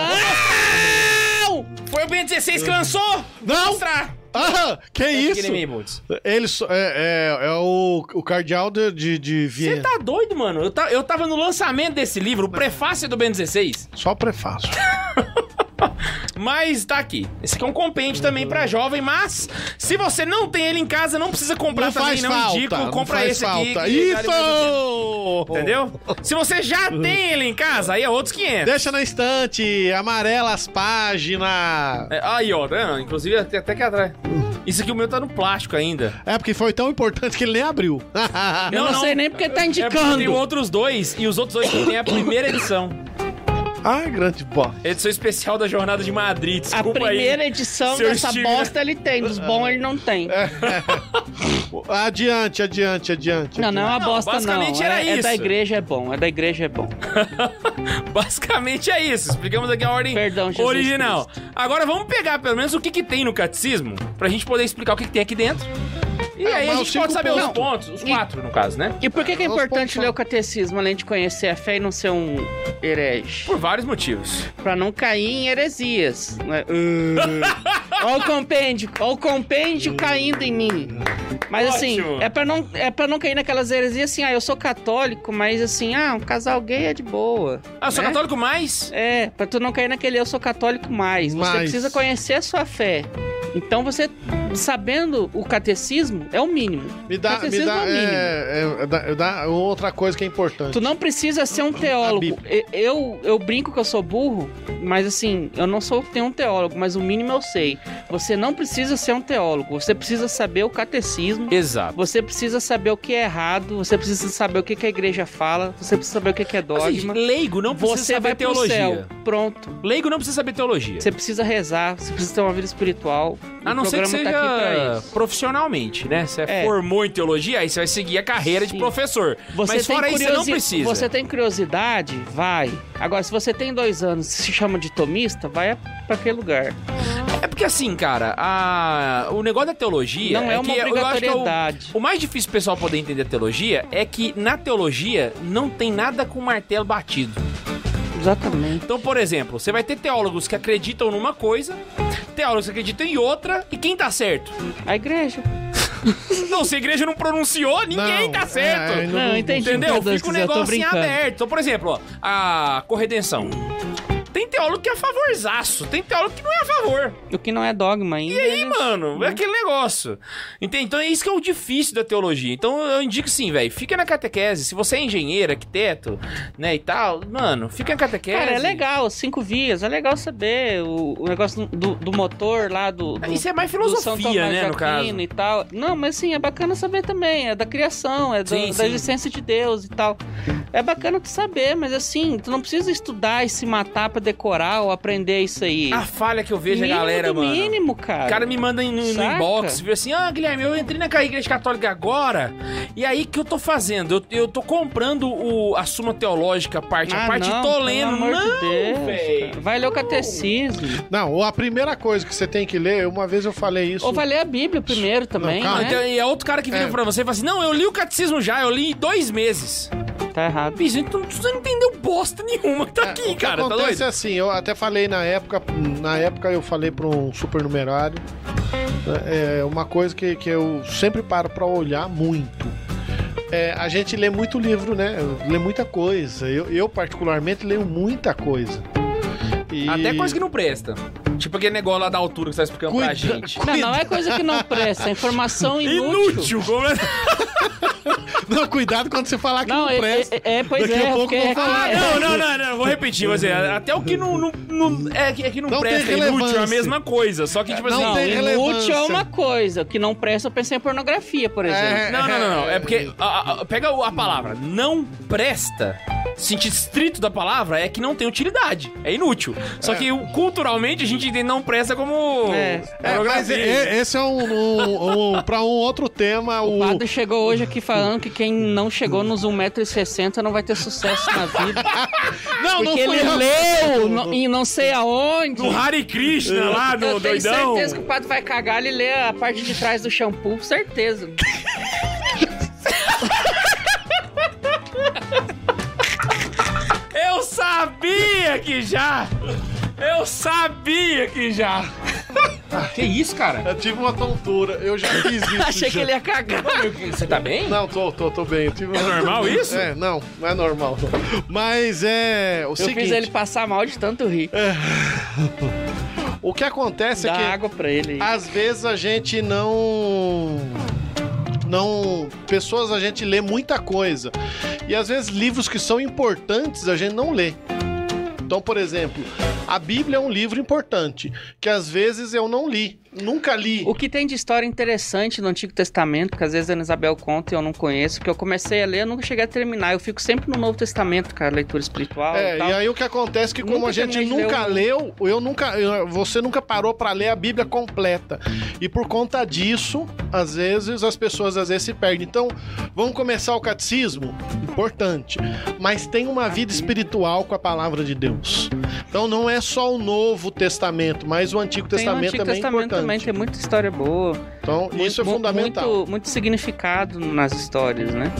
S2: Não! Foi o Bento 16 que lançou?
S3: Não!
S2: Mostrar.
S3: Ah,
S2: É
S3: que isso?
S6: Aquele meio Boots.
S3: Ele só- é, é, é o, o cardeal de, de, de
S6: Você
S3: Viena.
S6: tá doido, mano?
S2: Mano, eu, ta- eu tava no lançamento desse livro, o prefácio é do Ben 16,
S3: Só o prefácio.
S2: mas tá aqui. Esse aqui é um compêndio também pra jovem, mas se você não tem ele em casa, não precisa comprar
S3: Não
S2: também,
S3: faz
S2: não
S3: falta.
S2: indico,
S3: não
S2: compra
S3: faz
S2: esse
S3: falta.
S2: aqui. que vale muito a pena.
S3: Isso!
S2: Entendeu? Se você já
S3: Uhum.
S2: tem ele em casa, aí é outros 500.
S3: Deixa na estante, amarela as páginas.
S2: É, aí, ó, tá vendo? inclusive até até aqui atrás. Isso aqui o meu tá no plástico ainda.
S3: É porque foi tão importante que ele nem abriu.
S4: Eu não,
S2: não.
S4: sei nem porque tá
S2: É porque
S4: indicando.
S2: tem outros dois, e os outros dois tem a primeira edição.
S3: Ai, grande bosta.
S2: Edição especial da Jornada de Madrid,
S4: A
S2: desculpa
S4: primeira
S2: aí.
S4: edição
S2: Seu
S4: dessa
S2: estilo, né?
S4: bosta ele tem, dos bons ele não tem.
S3: Adiante, adiante, adiante.
S4: Não, não é uma
S2: Não,
S4: bosta, não.
S2: basicamente era
S4: é, é da
S2: isso.
S4: igreja, é bom. É da igreja, é bom.
S2: Basicamente é isso, explicamos aqui a ordem
S4: Perdão, Jesus
S2: original. Agora vamos pegar pelo menos o que, que tem no catecismo, pra gente poder explicar o que, que tem aqui dentro. E
S3: Ah,
S2: aí a
S3: mas os
S2: gente
S3: cinco
S2: pode saber os
S3: pontos.
S2: pontos, os quatro no caso, né?
S4: E por que, que é
S3: Nós
S4: importante
S3: pontos-
S4: ler o catecismo, além de conhecer a fé e não ser um herege?
S2: Por vários motivos.
S4: Pra não cair em heresias. né? Ah. Olha o compêndio, olha o compêndio caindo em mim. Mas assim,
S2: Ótimo.
S4: é pra, não, é pra não cair naquelas heresias assim, ah, eu sou católico, mas assim, ah, um casal gay é de boa.
S2: Ah, eu sou
S4: Né?
S2: católico mais?
S4: É, pra tu não cair naquele eu sou católico mais. Você
S3: Mais.
S4: precisa conhecer a sua fé. Então você, sabendo o catecismo, é o mínimo.
S3: Me dá, me
S4: Catecismo
S3: dá,
S4: é o mínimo.
S3: é, é, dá, dá outra coisa que é importante.
S4: Tu não precisa ser um teólogo. E- Eu, eu brinco que eu sou burro, mas assim, eu não sou nenhum teólogo, mas o mínimo eu sei. Você não precisa ser um teólogo, você precisa saber o catecismo.
S2: Exato.
S4: Você precisa saber o que é errado, você precisa saber o que, que a igreja fala, você precisa saber o que, que é
S2: Assim,
S4: dogma.
S2: leigo não precisa
S4: você
S2: saber
S4: vai pro
S2: teologia.
S4: céu. Pronto.
S2: Leigo não precisa saber teologia.
S4: Você precisa rezar, você precisa ter uma vida espiritual.
S2: A
S4: o
S2: não ser que
S4: programa
S2: seja
S4: tá aqui pra isso.
S2: profissionalmente, né? Você
S4: É.
S2: formou em teologia, aí você vai seguir a carreira de
S4: Sim.
S2: professor. Mas fora isso, você não
S4: curiosi-
S2: precisa.
S4: Você tem curiosidade? Vai. Agora, se você tem dois anos e se chama de tomista, vai pra aquele lugar.
S2: É porque assim, cara, a- o negócio da teologia...
S4: não é, uma
S2: que eu acho que é o-
S4: obrigatoriedade.
S2: O mais difícil pro pessoal poder entender a teologia é que na teologia não tem nada com martelo batido.
S4: Exatamente.
S2: Então, por exemplo, você vai ter teólogos que acreditam numa coisa, teólogos que acreditam em outra, e quem tá certo?
S4: A igreja.
S2: Não, se a igreja não pronunciou, ninguém
S3: Não,
S2: tá certo.
S3: é,
S4: Não, entendi.
S2: Entendeu? Fica
S4: Perdão,
S2: um
S4: Cis, eu tô
S2: negócio em
S4: brincando.
S2: aberto. Então, por exemplo, ó, a corredenção. Tem teólogo que é a favorzaço, tem teólogo que não é a favor.
S4: O que não é dogma ainda.
S2: E aí,
S4: ele-
S2: mano, é aquele negócio. Entende? Então é isso que é o difícil da teologia. Então eu indico sim, velho. Fica na catequese. Se você é engenheiro, arquiteto, né, e tal, mano, fica na catequese.
S4: Cara, é legal, cinco vias, é legal saber o, o negócio do, do motor lá, do, do,
S2: Isso é mais
S4: do São
S2: filosofia,
S4: Tomás
S2: né,
S4: de
S2: no caso.
S4: Aquino e tal. Não, mas assim, é bacana saber também, é da criação, é do-
S2: Sim,
S4: da
S2: sim.
S4: existência de Deus e tal. É bacana tu saber, mas assim, tu não precisa estudar e se matar pra decorar ou aprender isso aí.
S2: A falha que eu vejo é a
S4: Mínimo
S2: Ah, galera,
S4: do
S2: mano.
S4: mínimo,
S2: O
S4: cara.
S2: cara me manda em- no, no
S4: Saca?
S2: inbox, viu assim, ah, Guilherme, eu entrei na igreja católica agora, e aí o que eu tô fazendo? Eu, eu tô comprando o, a Suma Teológica, a parte,
S4: Ah,
S2: a parte
S4: não,
S2: tô
S4: pelo
S2: lendo,
S4: amor
S2: não,
S4: de Deus,
S2: véi.
S4: cara. Vai ler o catecismo.
S3: Não, a primeira coisa que você tem que ler, uma vez eu falei isso.
S4: Ou vai ler a Bíblia primeiro também,
S2: Ah,
S3: calma,
S4: né?
S2: então, e é outro cara que vira
S3: É.
S2: pra você e fala assim, não, eu li o catecismo já, eu li em dois meses.
S4: Tá errado.
S2: Bicho, então você não entendeu bosta nenhuma que
S4: É,
S2: tá aqui,
S3: O que
S2: cara, tá
S3: acontece
S2: doido?
S3: é assim, eu até falei na época, na época eu falei para um supernumerário, é é uma coisa que, que eu sempre paro para olhar muito. É, a gente lê muito livro, né? Lê muita coisa. Eu, eu, particularmente leio muita coisa.
S4: é
S3: E-
S2: Até coisa que não presta. Tipo aquele negócio lá da altura que você tá explicando pra
S3: Cuida-
S2: gente.
S4: Não, não é coisa que não presta, é informação inútil.
S2: Inútil! como é-
S3: Não, cuidado quando você falar que não,
S4: Não, é, é,
S3: presta.
S4: é, pois
S3: Daqui
S4: é.
S3: a pouco
S4: porque-
S3: vão falar,
S4: é-
S2: Não, não, não, não, vou repetir, mas é, até o que não, não- não- é, que- é que não,
S3: Não tem
S2: presta, é inútil, é a
S3: relevância.
S2: mesma coisa, só que tipo
S3: Não
S2: assim...
S3: tem
S4: inútil
S3: relevância.
S4: é uma coisa. O que não presta, eu pensei em pornografia, por exemplo.
S3: É.
S2: Não, não, não, não, é porque, a- a- pega o- a palavra, não presta, sentido estrito da palavra é que não tem utilidade, é inútil. Só que o- culturalmente a gente entende não presta como...
S4: É.
S3: É, mas
S2: pornografia.
S3: é- esse é um, um, um para um outro tema.
S4: O
S3: O,
S4: padre chegou hoje aqui falando que quem não chegou nos 1,60m não vai ter sucesso na vida.
S3: não, não
S4: porque
S3: fui
S4: ele
S3: eu.
S4: leu no- em não sei aonde.
S2: No Hare Krishna lá, no
S4: eu tenho
S2: doidão.
S4: certeza que o padre vai cagar, ele lê a parte de trás do shampoo, certeza.
S2: Eu sabia que já! Eu sabia que já.
S3: Ah,
S2: que isso, cara?
S3: Eu tive uma tontura, eu já fiz isso.
S4: Achei que
S3: já.
S4: ele ia
S3: É
S4: cagar.
S2: Você tá bem?
S3: Não, tô, tô, tô bem. Eu tive uma
S2: É normal
S3: tontura.
S2: isso?
S3: É, não, não é normal. não. Mas é o
S4: Eu
S3: seguinte, É,
S4: fiz ele passar mal de tanto rir.
S3: o que acontece
S4: Dá
S3: é que
S4: água pra ele. aí.
S3: Às vezes a gente não. Não. Pessoas a gente lê muita coisa. E às vezes livros que são importantes a gente não lê. Então, por exemplo, a Bíblia é um livro importante, que às vezes eu não li. Nunca li.
S4: O que tem de história interessante no Antigo Testamento, que às vezes a Ana Isabel conta e eu não conheço, porque eu comecei a ler, eu nunca cheguei a terminar. Eu fico sempre no Novo Testamento, cara, leitura espiritual
S3: É,
S4: e
S3: e
S4: tal.
S3: aí o que acontece é que como
S4: Nunca
S3: a gente
S4: terminei de
S3: nunca
S4: ler
S3: leu, eu nunca, eu- você nunca parou pra ler a Bíblia completa. E por conta disso, às vezes as pessoas às vezes se perdem. Então, vamos começar o catecismo, importante, mas tem uma vida espiritual com a palavra de Deus. Então não é só o Novo Testamento, mas o Antigo
S4: Tem no
S3: Testamento
S4: Antigo
S3: também
S4: Testamento
S3: é
S4: também,
S3: importante.
S4: tem muita história boa.
S3: Então, isso é
S4: Mu-
S3: fundamental.
S4: Muito, muito significado nas histórias, né?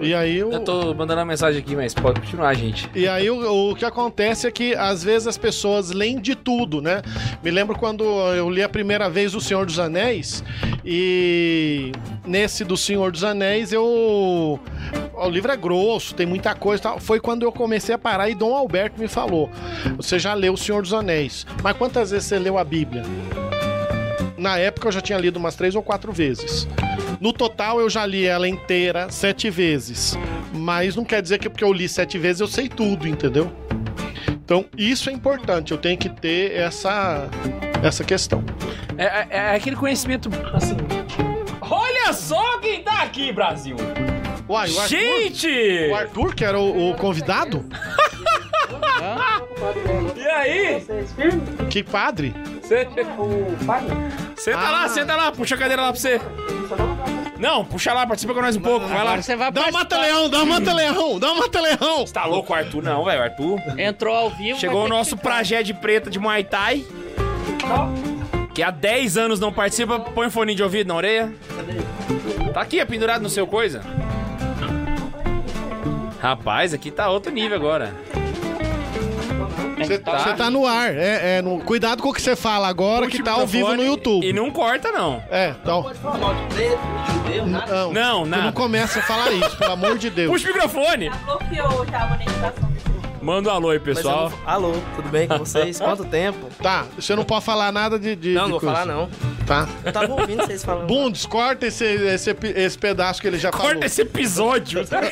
S3: E aí o
S2: Eu tô mandando uma mensagem aqui, mas pode continuar, gente.
S3: E aí o, o que acontece é que às vezes as pessoas leem de tudo, né? Me lembro quando eu li a primeira vez O Senhor dos Anéis e nesse do Senhor dos Anéis eu o livro é grosso, tem muita coisa, e tal. foi quando eu comecei a parar e Dom Alberto me falou: "Você já leu O Senhor dos Anéis, mas quantas vezes você leu a Bíblia?" Na época eu já tinha lido umas três ou quatro vezes. No total eu já li ela inteira sete vezes. Mas não quer dizer que é porque eu li sete vezes eu sei tudo, entendeu? Então isso é importante, eu tenho que ter essa, essa questão.
S2: É, é- é aquele conhecimento, assim... Olha só quem tá aqui, Brasil!
S3: Uai, o Arthur,
S2: Gente!
S3: o Arthur que era o, o convidado?
S2: E aí?
S3: Que padre?
S2: Você é Senta
S3: Ah.
S2: lá, senta lá, puxa a cadeira lá pra você. Não, puxa lá, participa com nós um pouco, vai lá.
S4: Agora você vai
S3: Dá um
S4: participar.
S3: mata-leão, dá um mata-leão, dá um mata-leão!
S2: Tá louco, Arthur? Não, velho, Arthur.
S4: Entrou ao vivo.
S2: Chegou
S4: vai
S2: o
S4: ter
S2: nosso
S4: que ficar.
S2: prajé de preta de Muay Thai. Que há 10 anos não participa, põe um fone de ouvido na orelha. Tá aqui, é pendurado no seu coisa. Rapaz, aqui tá outro nível agora.
S3: Você tá. tá no ar, é, é, no- cuidado com o que você fala agora que tá ao vivo no
S2: Fone
S3: YouTube.
S2: E não corta, não.
S3: É, então. Não,
S2: Não,
S3: tu não
S2: nada.
S3: começa a falar isso, pelo amor de Deus.
S2: Puxa o microfone.
S1: Bloqueou já a monetização desse vídeo.
S2: Manda um alô aí,
S7: Mas eu não
S2: pessoal.
S7: fa- Alô, tudo bem com vocês? Quanto tempo?
S3: Tá, você não pode falar nada de. de
S7: Não,
S3: de
S7: não vou
S3: coisa.
S7: falar não.
S3: Tá.
S7: Eu tava ouvindo vocês falando.
S3: Bundes, corta esse, esse, esse pedaço que ele já
S2: Corta esse episódio.
S3: falou.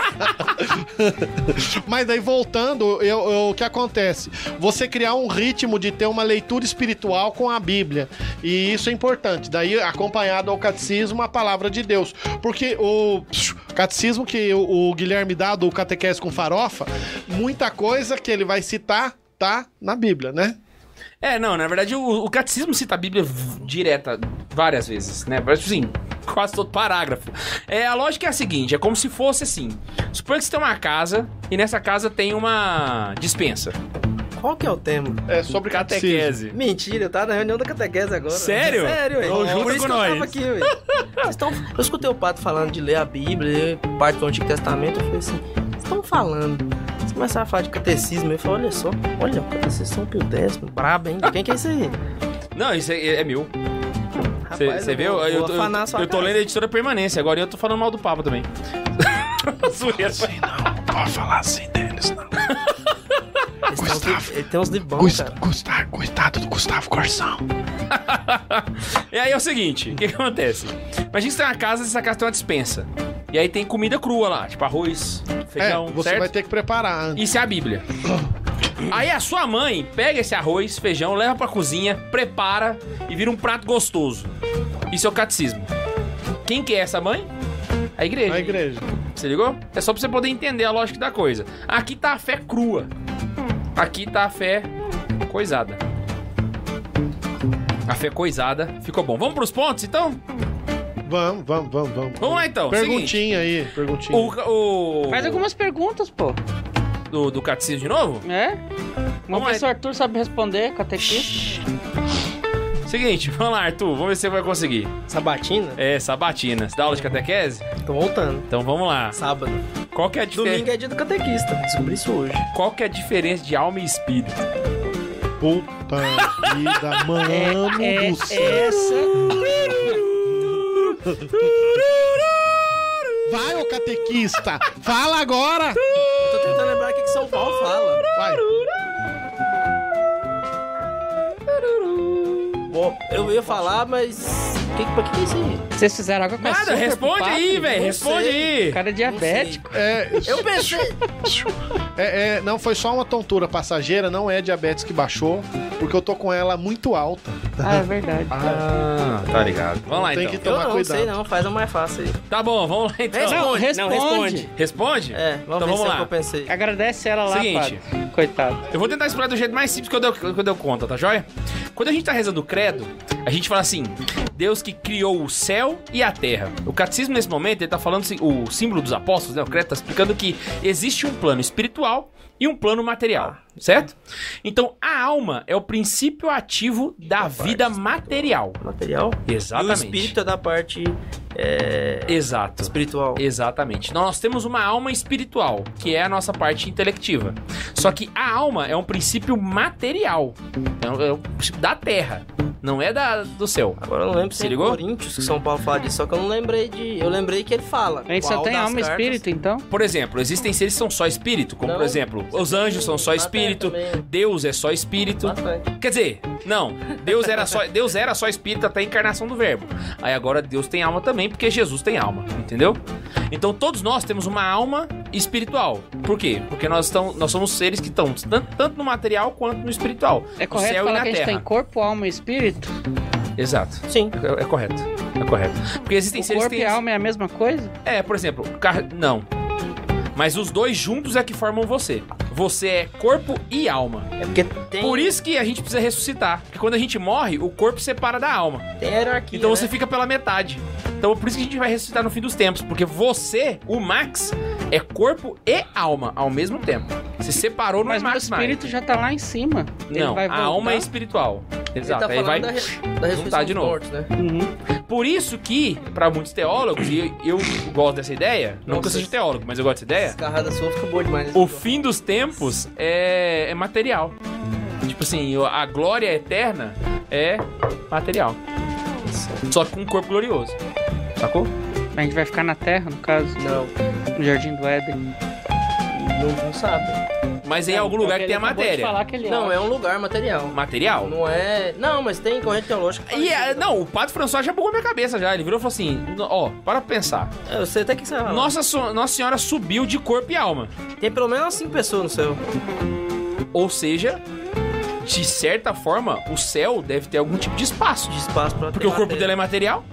S3: Mas daí, voltando, eu- eu- o que acontece? Você criar um ritmo de ter uma leitura espiritual com a Bíblia. E isso é importante. Daí, acompanhado ao catecismo, a palavra de Deus. Porque o psiu, catecismo que o, o Guilherme dá do Catequese com Farofa, muita coisa que ele vai citar tá na Bíblia, né?
S2: É, não, na verdade o, o catecismo cita a Bíblia v- direta várias vezes, né? Mas, Tipo assim, quase todo parágrafo. É, a lógica é a seguinte, é como se fosse assim. Suponha que você tem uma casa e nessa casa tem uma dispensa.
S7: Qual que é o tema?
S3: É sobre catequese.
S2: Catequese.
S7: Mentira, eu tava na reunião da catequese agora.
S2: Sério?
S7: Sério, velho.
S2: Então junta
S7: Por isso
S2: com
S7: que eu
S2: nós.
S7: tava aqui, velho. Vocês tão- Eu escutei o padre falando de ler a Bíblia, parte do Antigo Testamento, eu falei assim, vocês estão falando. Vocês começaram a falar de catecismo, eu falei, olha só, olha, o catecismo São Pio X, brabo, hein? De Quem que é isso aí?
S2: Não, isso é, é meu.
S7: Rapaz,
S2: Você
S7: eu
S2: viu?
S7: vou-
S2: eu,
S7: vou
S2: tô-
S7: afanar
S2: eu
S7: a sua
S2: tô
S7: casa.
S2: lendo a editora permanência agora e eu tô falando mal do Papa também. Zoeira.
S3: Pode falar assim deles, não.
S7: Eles tão-
S3: Gustavo.
S7: Ele tem uns de bom, cara.
S3: Gustavo, coitado do Gustavo Corsão.
S2: E aí é o seguinte, o que, que acontece? Imagina que você tem uma casa e essa casa tem uma dispensa. E aí tem comida crua lá, tipo arroz,
S3: É,
S2: feijão,
S3: você
S2: um certo?
S3: vai ter que preparar antes.
S2: Isso é a Bíblia. Aí a sua mãe pega esse arroz, feijão, leva pra cozinha, prepara e vira um prato gostoso. Isso é o catecismo. Quem que é essa mãe? A igreja.
S3: A igreja.
S2: Você ligou? É só pra você poder entender a lógica da coisa. Aqui tá a fé crua. Aqui tá a fé coisada. A fé coisada. Ficou bom. Vamos pros pontos, então?
S3: Vamos, vamos, vamos, vamos.
S2: Vamos lá, então. Seguinte,
S3: Perguntinha aí, perguntinha.
S2: o, ca- o-
S4: Faz algumas perguntas, pô.
S2: do, do catecismo de novo?
S4: É? O
S2: Vamos lá.
S4: professor Arthur sabe responder, catequista.
S2: Seguinte, vamos lá, Arthur. Vamos ver se você vai conseguir.
S7: Sabatina?
S2: É, sabatina. Você dá aula de catequese?
S7: Tô voltando.
S2: Então vamos lá.
S7: Sábado.
S2: Qual que é a diferença?
S7: Domingo é dia do catequista. Descobri isso hoje.
S2: Qual que é a diferença de alma e espírito?
S3: Puta vida, mano
S4: É,
S3: do céu.
S7: é-
S4: essa.
S3: Vai, ô catequista! Fala agora!
S7: Eu tô tentando lembrar o que, que São Paulo fala.
S3: Vai.
S7: Bom, eu ia falar, mas. Que, pra que que é isso aí?
S4: Vocês fizeram água com
S2: Nada,
S4: açúcar pro
S2: responde
S4: padre?
S2: aí, velho.
S7: Não
S2: Responde
S7: sei.
S2: aí.
S4: O cara é diabético.
S3: É,
S7: Eu pensei.
S3: é, é, não, foi só uma tontura passageira, não é diabetes que baixou, porque eu tô com ela muito alta.
S4: Ah, é verdade.
S2: Ah, tá ligado. Vamos lá,
S3: Tem
S2: então.
S3: que
S7: Eu
S3: tomar
S7: não
S3: cuidado.
S7: sei não, faz a mais fácil aí.
S2: Tá bom, vamos lá, então.
S4: Não,
S7: não,
S4: responde.
S7: responde.
S2: Responde?
S7: É, vamos
S2: Então
S7: ver
S2: vamos
S7: se é o
S2: lá.
S7: que eu pensei.
S4: Agradece ela lá,
S2: Seguinte.
S4: padre. Coitado.
S2: Eu vou tentar explicar do jeito mais simples que eu, deu, que eu deu conta, tá joia? Quando a gente tá rezando o credo, a gente fala assim: Deus que criou o céu e a terra. O catecismo, nesse momento, ele tá falando assim, o símbolo dos apóstolos, né? O credo tá explicando que existe um plano espiritual e um plano material, certo? Então a alma é o princípio ativo da vida material.
S7: Material. E o
S2: Exatamente.
S7: espírito é da parte é,
S2: Exato.
S7: espiritual.
S2: Exatamente. Nós temos uma alma espiritual, que é a nossa parte intelectiva. Só que a alma é um princípio material. É um, é um princípio da terra, não é da, do céu.
S7: Agora eu não lembro se,
S2: Se
S7: é
S2: ligou?
S7: Coríntios que São Paulo fala disso, só que eu não lembrei de. Eu lembrei que ele fala.
S4: A gente
S7: qual
S4: só tem
S7: das
S4: alma e
S7: cartas-
S4: espírito, então?
S2: Por exemplo, existem seres que são só espírito, como
S7: Não.
S2: por exemplo, os anjos são só
S7: Na
S2: espírito,
S7: terra também.
S2: Deus é só espírito.
S7: Bastante.
S2: Quer dizer, não, Deus era só, Deus era só espírito até a encarnação do verbo. Aí agora Deus tem alma também, porque Jesus tem alma, entendeu? Então todos nós temos uma alma espiritual. Por quê? Porque nós, estão, nós somos seres que estão tanto, tanto no material quanto no espiritual.
S4: É
S2: no
S4: correto
S2: céu e
S4: falar
S2: na
S4: que a gente
S2: terra.
S4: tem corpo, alma e espírito?
S2: Exato.
S7: Sim.
S2: É, é correto. É correto. Porque existem
S4: O
S2: seres
S4: corpo
S2: que
S4: e
S2: têm.
S4: a alma é a mesma coisa?
S2: É, por exemplo, car... não. Mas os dois juntos é que formam você. Você é corpo e alma.
S7: É porque tem,
S2: Por isso que a gente precisa ressuscitar. Porque quando a gente morre, o corpo separa da alma.
S7: tem hierarquia.
S2: Então
S7: né?
S2: você fica pela metade. Então por isso que a gente vai ressuscitar no fim dos tempos, porque você, o Max, é corpo e alma ao mesmo tempo. Se separou no
S4: Mas meu
S2: Max mais.
S4: espírito já tá lá em cima. Ele
S2: Não,
S4: vai
S2: a alma é
S4: voltar?
S2: espiritual.
S7: Ele
S2: Exato.
S7: tá
S2: Aí
S7: falando
S2: vai.
S7: da, re... da
S2: juntar
S7: ressurreição
S2: de
S7: dos
S2: novo.
S7: mortos, né?
S4: Uhum.
S2: Por isso que, pra muitos teólogos, e eu gosto dessa ideia, não que eu
S7: Nossa.
S2: seja teólogo, mas eu gosto dessa
S7: Essa
S2: ideia,
S7: escarrada sua fica boa demais. né?
S2: o fim dos tempos é, é material. Tipo assim, a glória eterna é material. Só que com um corpo glorioso. Sacou?
S4: A gente vai ficar na terra, no caso,
S7: Não,
S4: no Jardim do Éden.
S7: não, não sabe.
S2: Mas
S7: É,
S2: em algum
S4: Então,
S2: lugar que
S4: ele
S2: tem a
S4: acabou de
S2: matéria.
S4: falar que ele
S7: Não,
S4: acha.
S7: é um lugar material.
S2: Material?
S7: Não é. Não, mas tem corrente teológica. que fala
S2: E, ah,
S7: isso.
S2: não, o Padre François já bugou minha cabeça já. Ele virou e falou assim: "No- ó, para pra pensar.
S7: É, Eu sei até que você vai
S3: Tá
S7: falar.
S2: Nossa, So- Nossa Senhora subiu de corpo e alma.
S7: Tem pelo menos umas cinco pessoas no céu.
S2: Ou seja, de certa forma, o céu deve ter algum tipo de espaço.
S7: De espaço pra
S2: Porque o corpo dela é material.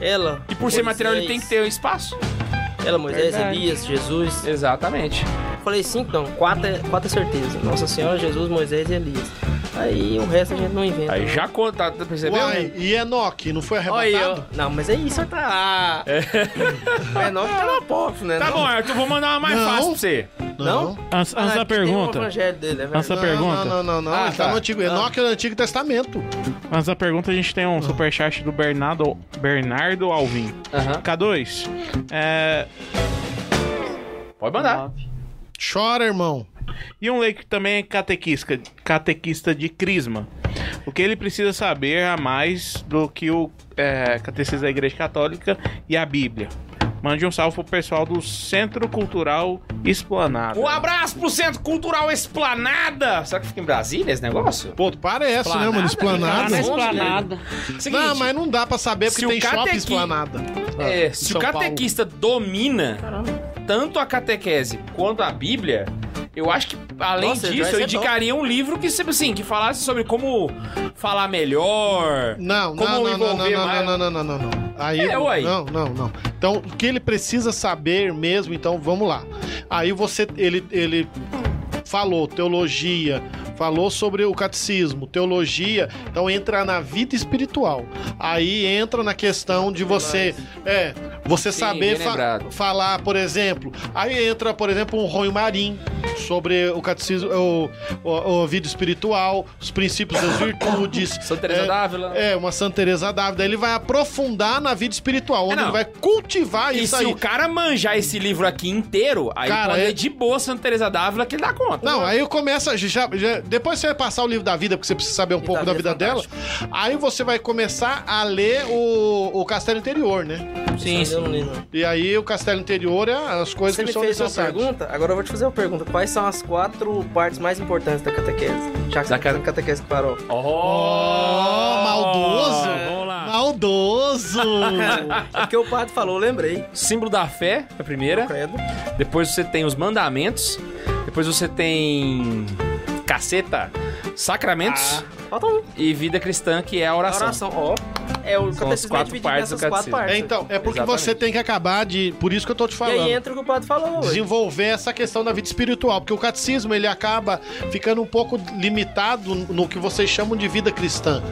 S7: Ela.
S2: E por ser
S3: é
S2: material, ele tem que
S7: Moisés.
S2: ter espaço.
S7: Ela, Moisés,
S4: Verdade.
S7: Elias, Jesus.
S2: Exatamente.
S7: Eu falei cinco, não. Quatro é, quatro é certeza. Nossa Senhora, Jesus, Moisés e Elias. Aí o resto a gente não inventa.
S2: Aí já conta, tá percebendo?
S3: Uai, e Enoque, não foi
S7: Olha aí,
S3: arrebatado?
S7: ó. Não, mas é isso, tá. Ah. É. Menor que tá no apóstolo, né?
S2: Tá
S7: não?
S2: bom, Arthur, vou mandar uma mais
S3: Não.
S2: fácil pra você.
S7: Não?
S5: Antes,
S7: Ah,
S5: antes da
S7: aqui tem um
S5: pergunta,
S7: evangelho dele, é verdade.
S5: Antes da- Essa
S3: não,
S5: pergunta?
S3: Não, não, não, não.
S2: Ah,
S3: ele tá,
S2: tá.
S3: no Antigo. Enoque é no Antigo Testamento.
S5: antes da pergunta, a gente tem um superchat do Bernardo, Bernardo Alvim.
S2: Aham.
S5: K2. É,
S2: Pode mandar.
S3: Chora, irmão.
S5: E um leigo que também é catequista, catequista de crisma. O que ele precisa saber a mais do que o é, catecismo da Igreja Católica e a Bíblia? Mande um salve pro pessoal do Centro Cultural Esplanada.
S2: Um abraço pro Centro Cultural Esplanada. Será que fica em Brasília esse negócio?
S3: Pô, parece, né, mano?
S4: Lá
S2: é
S3: Esplanada.
S4: na
S2: Onde,
S4: esplanada.
S2: é Seguinte,
S3: Não, mas não dá pra saber porque
S2: Se o
S3: tem shopping
S2: catequi-
S3: esplanada.
S2: É,
S3: Em
S2: se o
S3: São Paulo.
S2: catequista domina tanto a catequese quanto a Bíblia, eu acho que, além
S7: Nossa, vai
S2: disso,
S3: é
S7: ser
S2: eu
S7: bom.
S2: indicaria um livro que, sempre assim, que falasse sobre como falar melhor.
S3: Não,
S2: É. Como
S3: não, não, não, não,
S2: envolver mais-
S3: não, não, não, não, não, não. Aí,
S2: É, uai.
S3: não, não, não. Então, o que ele precisa saber mesmo, então vamos lá. Aí você, ele, ele falou teologia, falou sobre o catecismo, teologia, então entra na vida espiritual. Aí entra na questão de você, é, você
S2: Sim, bem
S3: saber fa-
S2: lembrado.
S3: falar, por exemplo. Aí entra, por exemplo, um ronho marim, sobre o catecismo, o, o, o vida espiritual, os princípios das virtudes.
S2: Santa Teresa
S3: é,
S2: d'Ávila.
S3: É, uma Santa Teresa d'Ávila. Ele vai aprofundar na vida espiritual, onde
S2: É, não.
S3: ele vai cultivar
S2: E
S3: isso
S2: se
S3: aí.
S2: o cara manjar esse livro aqui inteiro, aí
S3: Cara,
S2: pode
S3: é-
S2: ler de boa Santa Teresa d'Ávila que ele dá conta.
S3: Não, é- aí começa. Já, já- depois você vai passar o livro da vida, porque você precisa saber um pouco da vida
S7: vida é
S3: dela. Aí você vai começar a ler o, o Castelo Interior, né?
S7: Sim, sim. Eu não li, não.
S3: E aí o Castelo Interior é as coisas
S7: Você
S3: que
S7: me
S3: são
S7: fez uma
S3: necessárias.
S7: pergunta, agora eu vou te fazer uma pergunta. Quais são as quatro partes mais importantes da catequese? Já que
S2: Da
S7: você tá fazendo catequese com farol.
S2: Oh,
S3: Oh, maldoso!
S2: Vamos lá.
S3: Maldoso!
S7: É porque o padre falou, eu lembrei.
S2: Símbolo da fé, é a
S7: Eu
S3: É?
S2: primeira.
S7: credo.
S2: Depois você tem os mandamentos. Depois você tem. Caceta.
S3: Ah.
S2: Sacramentos.
S7: Falta um.
S2: E vida cristã, que é a
S7: A
S2: oração.
S7: oração, ó. É
S2: São
S7: o
S2: as
S7: catecismo é
S2: quatro
S7: dividido
S2: partes do
S7: nessas quatro
S2: catecismo.
S7: partes.
S3: É, então, é porque
S2: Exatamente.
S3: você tem que acabar de. Por isso que eu tô te
S7: E aí
S3: falando.
S7: entra o que o padre falou. ué.
S3: Desenvolver essa questão da vida espiritual, porque o catecismo ele acaba ficando um pouco limitado no que vocês chamam de vida cristã,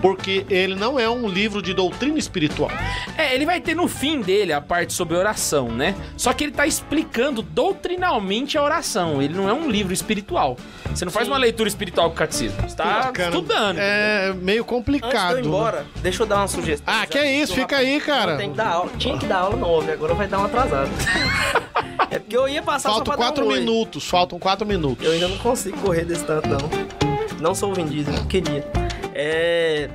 S3: porque ele não é um livro de doutrina espiritual.
S2: É, ele vai ter no fim dele a parte sobre oração, né? Só que ele tá explicando doutrinalmente a oração. Ele não é um livro espiritual. Você não faz uma leitura espiritual com o catecismo. Você tá
S3: Bacana.
S2: estudando.
S3: É meio
S7: Antes de
S3: complicado.
S7: eu ir embora, deixa eu dar uma sugestão.
S3: Ah,
S7: Já
S3: que é isso,
S7: do
S3: fica aí, cara.
S7: Tem que dar aula. Tinha que dar aula nove, agora vai dar uma atrasada. é porque eu ia passar só
S3: Faltam
S7: pra dar um
S3: quatro
S7: oi.
S3: minutos, faltam quatro minutos.
S7: Eu ainda não consigo correr desse tanto, não. Não sou o Vin Diesel, não queria. É.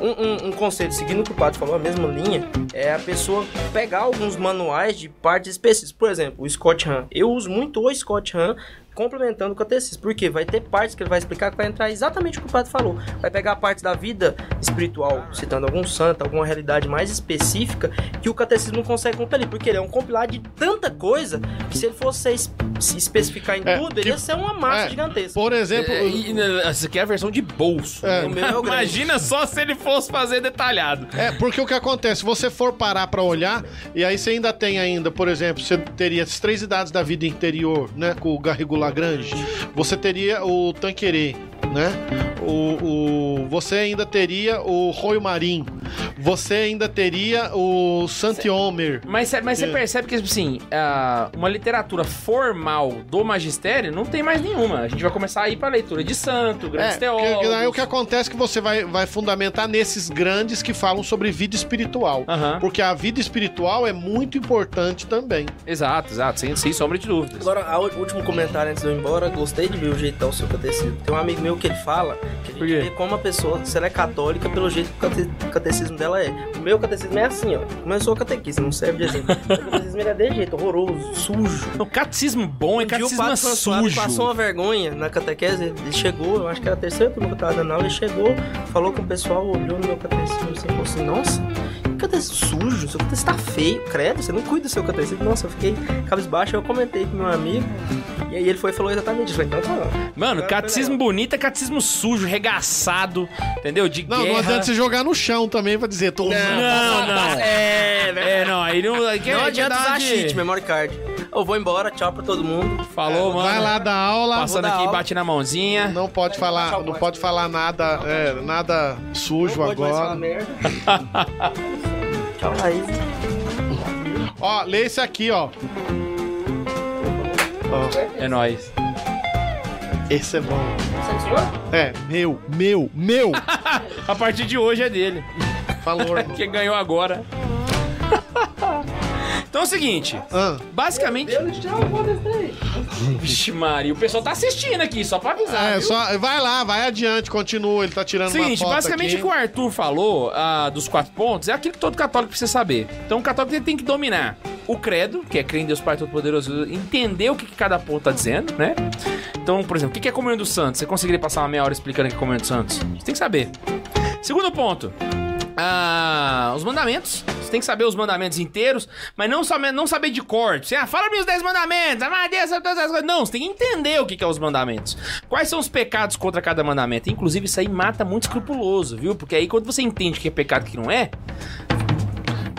S7: Um, um- um conceito, seguindo o que o Pato falou, a mesma linha, é a pessoa pegar alguns manuais de partes específicas. Por exemplo, o Scott Han. Eu uso muito o Scott Han complementando o catecismo. Porque vai ter partes que ele vai explicar que vai entrar exatamente o que o Pato falou. Vai pegar a parte da vida espiritual, citando algum santo, alguma realidade mais específica, que o catecismo não consegue compelir. Porque ele é um compilado de tanta coisa que se ele fosse es- se especificar em
S3: É,
S7: tudo,
S3: que-
S7: ele ia ser uma massa
S3: é,
S7: gigantesca.
S3: Por exemplo,
S2: É, e, né, essa aqui é a versão de bolso.
S3: É.
S7: O meu é o grande.
S2: Imagina só se ele fosse fazer detalhado.
S3: É, porque o que acontece, se você for parar pra olhar, e aí você ainda tem ainda, por exemplo, você teria as três idades da vida interior, né, com o Garrigo Lagrange, você teria o Tanquerê, né, o, o- você ainda teria o Roy Marim, você ainda teria o Santi-Homer.
S2: Mas, cê- mas você
S3: É.
S2: percebe que, assim, ah, uma literatura formal do magistério não tem mais nenhuma. A gente vai começar a ir pra leitura de santo, grandes
S3: É,
S2: teólogos.
S3: que- que aí o que acontece é que você vai, vai fundamentar nesses grandes que falam sobre vida espiritual.
S2: Aham,
S3: Porque a vida espiritual é muito importante também.
S2: exato, exato, sem, sem sombra de dúvidas.
S7: Agora, a ú- último comentário antes de eu ir embora, gostei de ver o jeitão seu catecismo. Tem um amigo meu que ele fala que a gente
S2: Por quê?
S7: vê como a pessoa, se ela é católica, pelo jeito que o cate- catecismo dela é. O meu catecismo é assim, ó. Como eu sou catequista, não serve de exemplo. o catecismo ele é desse jeito, horroroso, sujo.
S2: O catecismo bom é
S7: Um dia o
S2: catecismo
S7: padre François
S2: sujo.
S7: passou uma vergonha na catequese, ele chegou, eu acho que era a terceira turma que eu tava dando aula, ele chegou, falou com o pessoal, olhou no meu catecismo assim, falou assim, nossa, que catecismo sujo, seu catecismo tá feio, credo, você não cuida do seu catecismo. Nossa, eu fiquei cabisbaixo, eu comentei com meu amigo, e aí ele foi e falou exatamente isso, eu falei, então tá lá.
S2: Mano, catecismo bonito é catecismo sujo, regaçado, entendeu? De
S3: Não, não
S2: guerra.
S3: adianta você jogar no chão também pra dizer, tô usando.
S2: Não, não.
S7: É, velho.
S2: É, não, aí não... Aí que-
S7: Não
S2: que
S7: adianta
S2: dá
S7: usar
S2: uma de-
S7: Tá cheat, memory card. Eu vou embora, tchau pra todo mundo.
S2: Falou, mano.
S3: Vai lá dar aula.
S2: Passando
S7: vou dar
S2: aqui,
S7: aula.
S2: bate na mãozinha.
S3: Não pode falar, não pode falar nada, é, nada sujo
S7: Não pode mais falar
S3: agora.
S7: merda. tchau, Laís.
S3: Ó, lê esse aqui, ó. Ó,
S2: É nóis.
S3: esse é bom. É, meu, meu, meu.
S2: A partir de hoje é dele.
S3: Falou, irmão.
S2: Quem ganhou agora. então é o seguinte,
S3: Ah,
S2: basicamente. Vixe, Maria, o pessoal tá assistindo aqui, só pra avisar.
S3: é,
S2: viu?
S3: só, vai lá, vai adiante, continua, ele tá tirando uma
S2: Seguinte,
S3: foto
S2: basicamente
S3: aqui.
S2: o que o Arthur falou ah, dos quatro pontos é aquilo que todo católico precisa saber. Então o católico ele tem que dominar o credo, que é crer em Deus Pai Todo-Poderoso, entender o que, que cada ponto tá dizendo, né? Então, por exemplo, o que que é comunhão dos santos? Você conseguiria passar uma meia hora explicando o que é comunhão dos santos? Você tem que saber. Segundo ponto. ah, os mandamentos. Você tem que saber os mandamentos inteiros, mas não, somente, não saber de corte. Você, ah, fala-me os 10 mandamentos. Ah, Deus, todas as coisas. Não, você tem que entender o que, que é os mandamentos. Quais são os pecados contra cada mandamento? Inclusive, isso aí mata muito escrupuloso, viu? Porque aí, quando você entende o que é pecado e o que não é,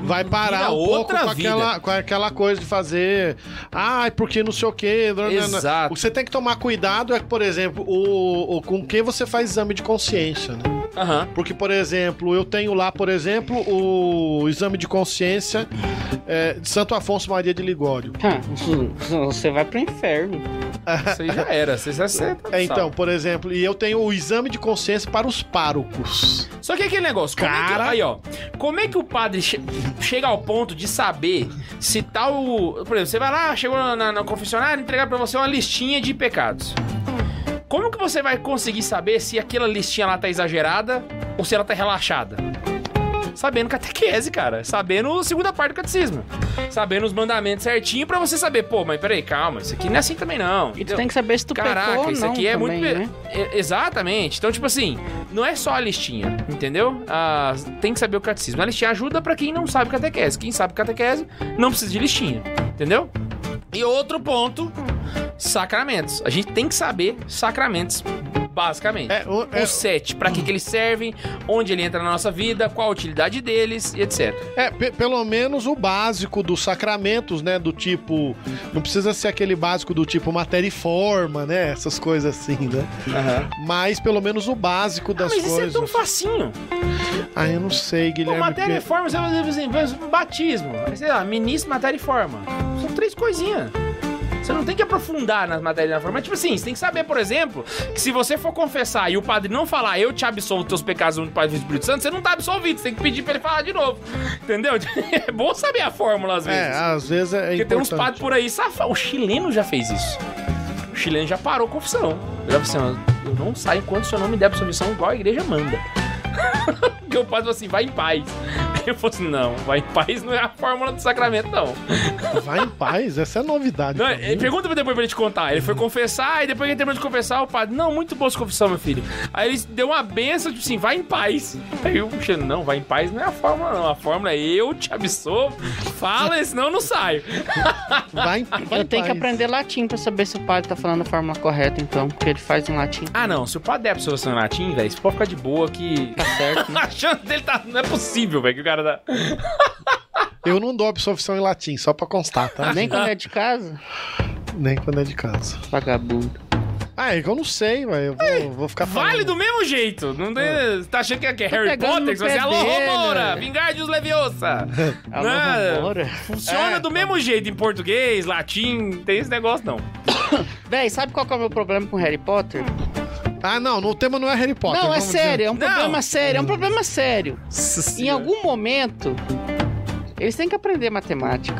S3: Vai parar
S2: Vira
S3: um pouco com
S2: outra vida.
S3: aquela, com aquela coisa de fazer. Ai, porque não sei o quê. blá, blá, blá."
S2: Exato.
S3: O que você tem que tomar cuidado é, por exemplo, o, o- com quem você faz exame de consciência, né?
S2: Aham.
S3: Porque, por exemplo, eu tenho lá, por exemplo, o exame de consciência é, de Santo Afonso Maria de Ligório.
S4: Ah, você vai pro inferno.
S2: Isso aí já era. Você já você tá
S3: É, então, por exemplo, e eu tenho o exame de consciência para os párocos.
S2: Só que aquele negócio, como é que-
S3: Cara.
S2: aí ó, como é que o padre che- chega ao ponto de saber se tal, por exemplo, você vai lá, chegou na- na- no confessionário, entregar pra você uma listinha de pecados. Como que você vai conseguir saber se aquela listinha lá tá exagerada ou se ela tá relaxada? Sabendo catequese, cara. Sabendo a segunda parte do catecismo. Sabendo os mandamentos certinho pra você saber, pô, mas peraí, calma, isso aqui não é assim também não.
S4: E tu
S2: entendeu?
S4: tem que saber se tu pecou ou
S2: Caraca,
S4: não
S2: isso aqui é
S4: também,
S2: muito.
S4: né?
S2: E- Exatamente. Então, tipo assim, não é só a listinha, entendeu? Ah, tem que saber o catecismo. A listinha ajuda pra quem não sabe catequese. Quem sabe catequese não precisa de listinha, entendeu? E outro ponto: sacramentos. A gente tem que saber sacramentos, basicamente.
S3: É, o- é-
S2: Os sete, pra que, que eles servem, onde ele entra na nossa vida, qual a utilidade deles e etc.
S3: É, pe- pelo menos o básico dos sacramentos, né? Do tipo. Não precisa ser aquele básico do tipo matéria e forma, né? Essas coisas assim, né? Mas pelo menos o básico das
S2: Ah, mas
S3: coisas.
S2: isso é tão facinho.
S3: Ah, eu não sei,
S2: Pô,
S3: Guilherme.
S2: matéria é e
S3: porque-
S2: forma, você vai fazer, por exemplo, batismo. Aí, Sei lá, ministro, matéria e forma. São três coisinhas. Você não tem que aprofundar nas matérias e na forma. Mas, Tipo assim, você tem que saber, por exemplo, que se você for confessar e o padre não falar, eu te absolvo teus pecados no Pai do Espírito Santo, você não tá absolvido, você tem que pedir pra ele falar de novo. Entendeu? É bom saber a fórmula às vezes.
S3: É, às vezes é
S2: Porque tem uns
S3: importante.
S2: padres por aí safa. O chileno já fez isso. O chileno já parou a confissão. Ele falou assim: ó, eu não saio enquanto o senhor não me der absolvição igual a igreja manda. Porque o padre falou assim: vai em paz. Ele falou assim: não, vai em paz não é a fórmula do sacramento, não.
S3: Vai em paz, essa é novidade.
S2: não
S3: pra
S2: é-
S3: mim.
S2: pergunta pra depois pra ele te contar. Ele foi confessar, e depois que ele terminou de confessar, o padre: não, muito boa sua confissão, meu filho. Aí ele deu uma benção, tipo assim: vai em paz. Aí o chileno: não, vai em paz não é a fórmula, não. A fórmula é eu te absolvo, fala, senão eu não saio.
S3: Vai em, vai
S4: Eu
S3: em
S4: tenho que
S3: paz.
S4: aprender latim pra saber se o padre tá falando a fórmula correta, então, porque ele faz em latim.
S2: Ah, não. Se o padre der absolvição em latim, velho, você pode ficar de boa que...
S4: Tá certo?
S2: A chance dele tá... Não é possível, velho, que o cara tá...
S3: Eu não dou absorção em latim, só pra constar, tá?
S4: Nem quando é de casa?
S3: Nem quando é de casa.
S4: Vagabundo.
S3: Ah, é que eu não sei, mas eu vou, vou ficar falando.
S2: Vale do mesmo jeito. Não tem... Tá achando que é, que é
S4: Tô
S2: Harry
S4: pegando
S2: Potter?
S4: no
S2: Que você vai
S4: pé
S2: ser alô,
S4: dele, né,
S2: Romora!
S4: velho.
S2: Vingardius Leviosa!
S4: Alô,
S2: Né?
S4: vambora.
S2: Funciona
S3: É.
S2: do mesmo jeito em português, latim, não tem esse negócio, não.
S4: Véi, sabe qual que é o meu problema com Harry Potter?
S3: Ah, não, no- o tema não é Harry Potter.
S4: não, é
S3: vamos dizer.
S4: sério, é um
S2: Não.
S4: problema sério, é um problema sério. Em
S2: Senhora.
S4: algum momento, eles têm que aprender matemática.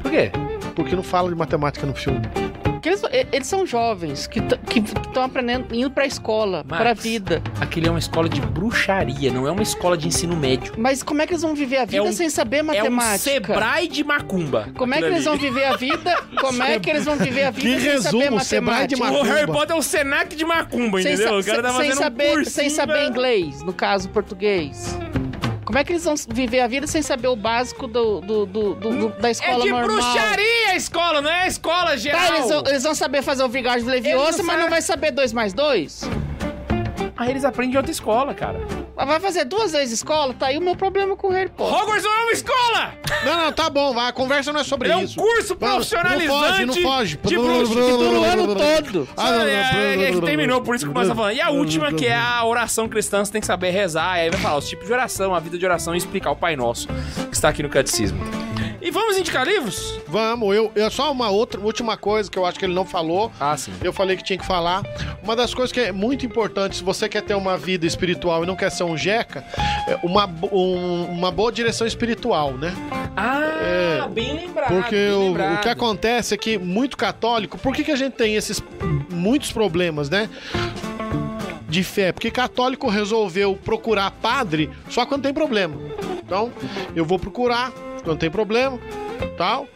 S2: Por quê?
S3: Porque não fala de matemática no filme.
S4: Porque eles, e- eles são jovens que estão aprendendo, indo pra escola,
S2: Max.
S4: pra vida.
S2: Aquilo é uma escola de bruxaria, não é uma escola de ensino médio.
S4: Mas como é que eles vão viver a vida
S2: um-
S4: sem saber
S2: É um
S4: matemática?
S2: Sebrae de Macumba.
S4: como é que
S2: Aquilo
S4: eles
S2: ali.
S4: vão viver a vida? Como é que eles vão viver a vida
S3: Que
S4: sem saber
S3: resumo, Sebrae de
S4: matemática?
S2: O Harry
S3: Macumba.
S2: Potter é o Senac de Macumba,
S4: sem,
S2: entendeu?
S4: sa-
S2: O cara tá
S4: sem- sem
S2: fazendo um
S4: saber, sem
S2: cursinho,
S4: saber
S2: velho.
S4: inglês, no caso português. Como é que eles vão viver a vida sem saber o básico do, do- do- do- do- da
S2: É
S4: escola
S2: de
S4: normal?
S2: bruxaria a escola, não é a escola geral.
S4: Tá, eles, vão, eles vão saber fazer o Vigário de
S2: Eles
S4: Leviosa,
S2: não
S4: mas não
S2: sabem.
S4: vai saber dois mais dois?
S2: Aí eles aprendem em outra escola, cara.
S4: Mas Vai fazer duas vezes escola? Tá aí o meu problema com o Harry Potter.
S2: Hogwarts não é uma escola!
S3: Não, não, tá bom, vai. A conversa não é sobre
S2: Ele é um
S3: isso.
S2: curso
S3: Vamos,
S2: profissionalizante
S3: Não foge, não foge.
S2: de bruxa que
S4: Dura o ano todo.
S3: Ah, não, não,
S2: é, é, é que terminou, por isso que começa falando. E a
S3: não,
S2: última,
S3: não,
S2: que é a oração cristã, você tem que saber rezar. E aí vai falar os tipos de oração, a vida de oração e explicar o Pai Nosso, que está aqui no Catecismo. E vamos indicar livros?
S3: Vamos, eu, eu só uma outra última coisa que eu acho que ele não falou.
S2: Ah, sim.
S3: Eu falei que tinha que falar. Uma das coisas que é muito importante, se você quer ter uma vida espiritual e não quer ser um jeca, é uma, bo- um- uma boa direção espiritual, né?
S2: Ah, bem lembrado.
S3: É, Porque
S2: bem
S3: o,
S2: lembrado.
S3: o que acontece é que muito católico, por que, que a gente tem esses muitos problemas, né? De fé, porque católico resolveu procurar padre só quando tem problema. Então, eu vou procurar quando tem problema, tal,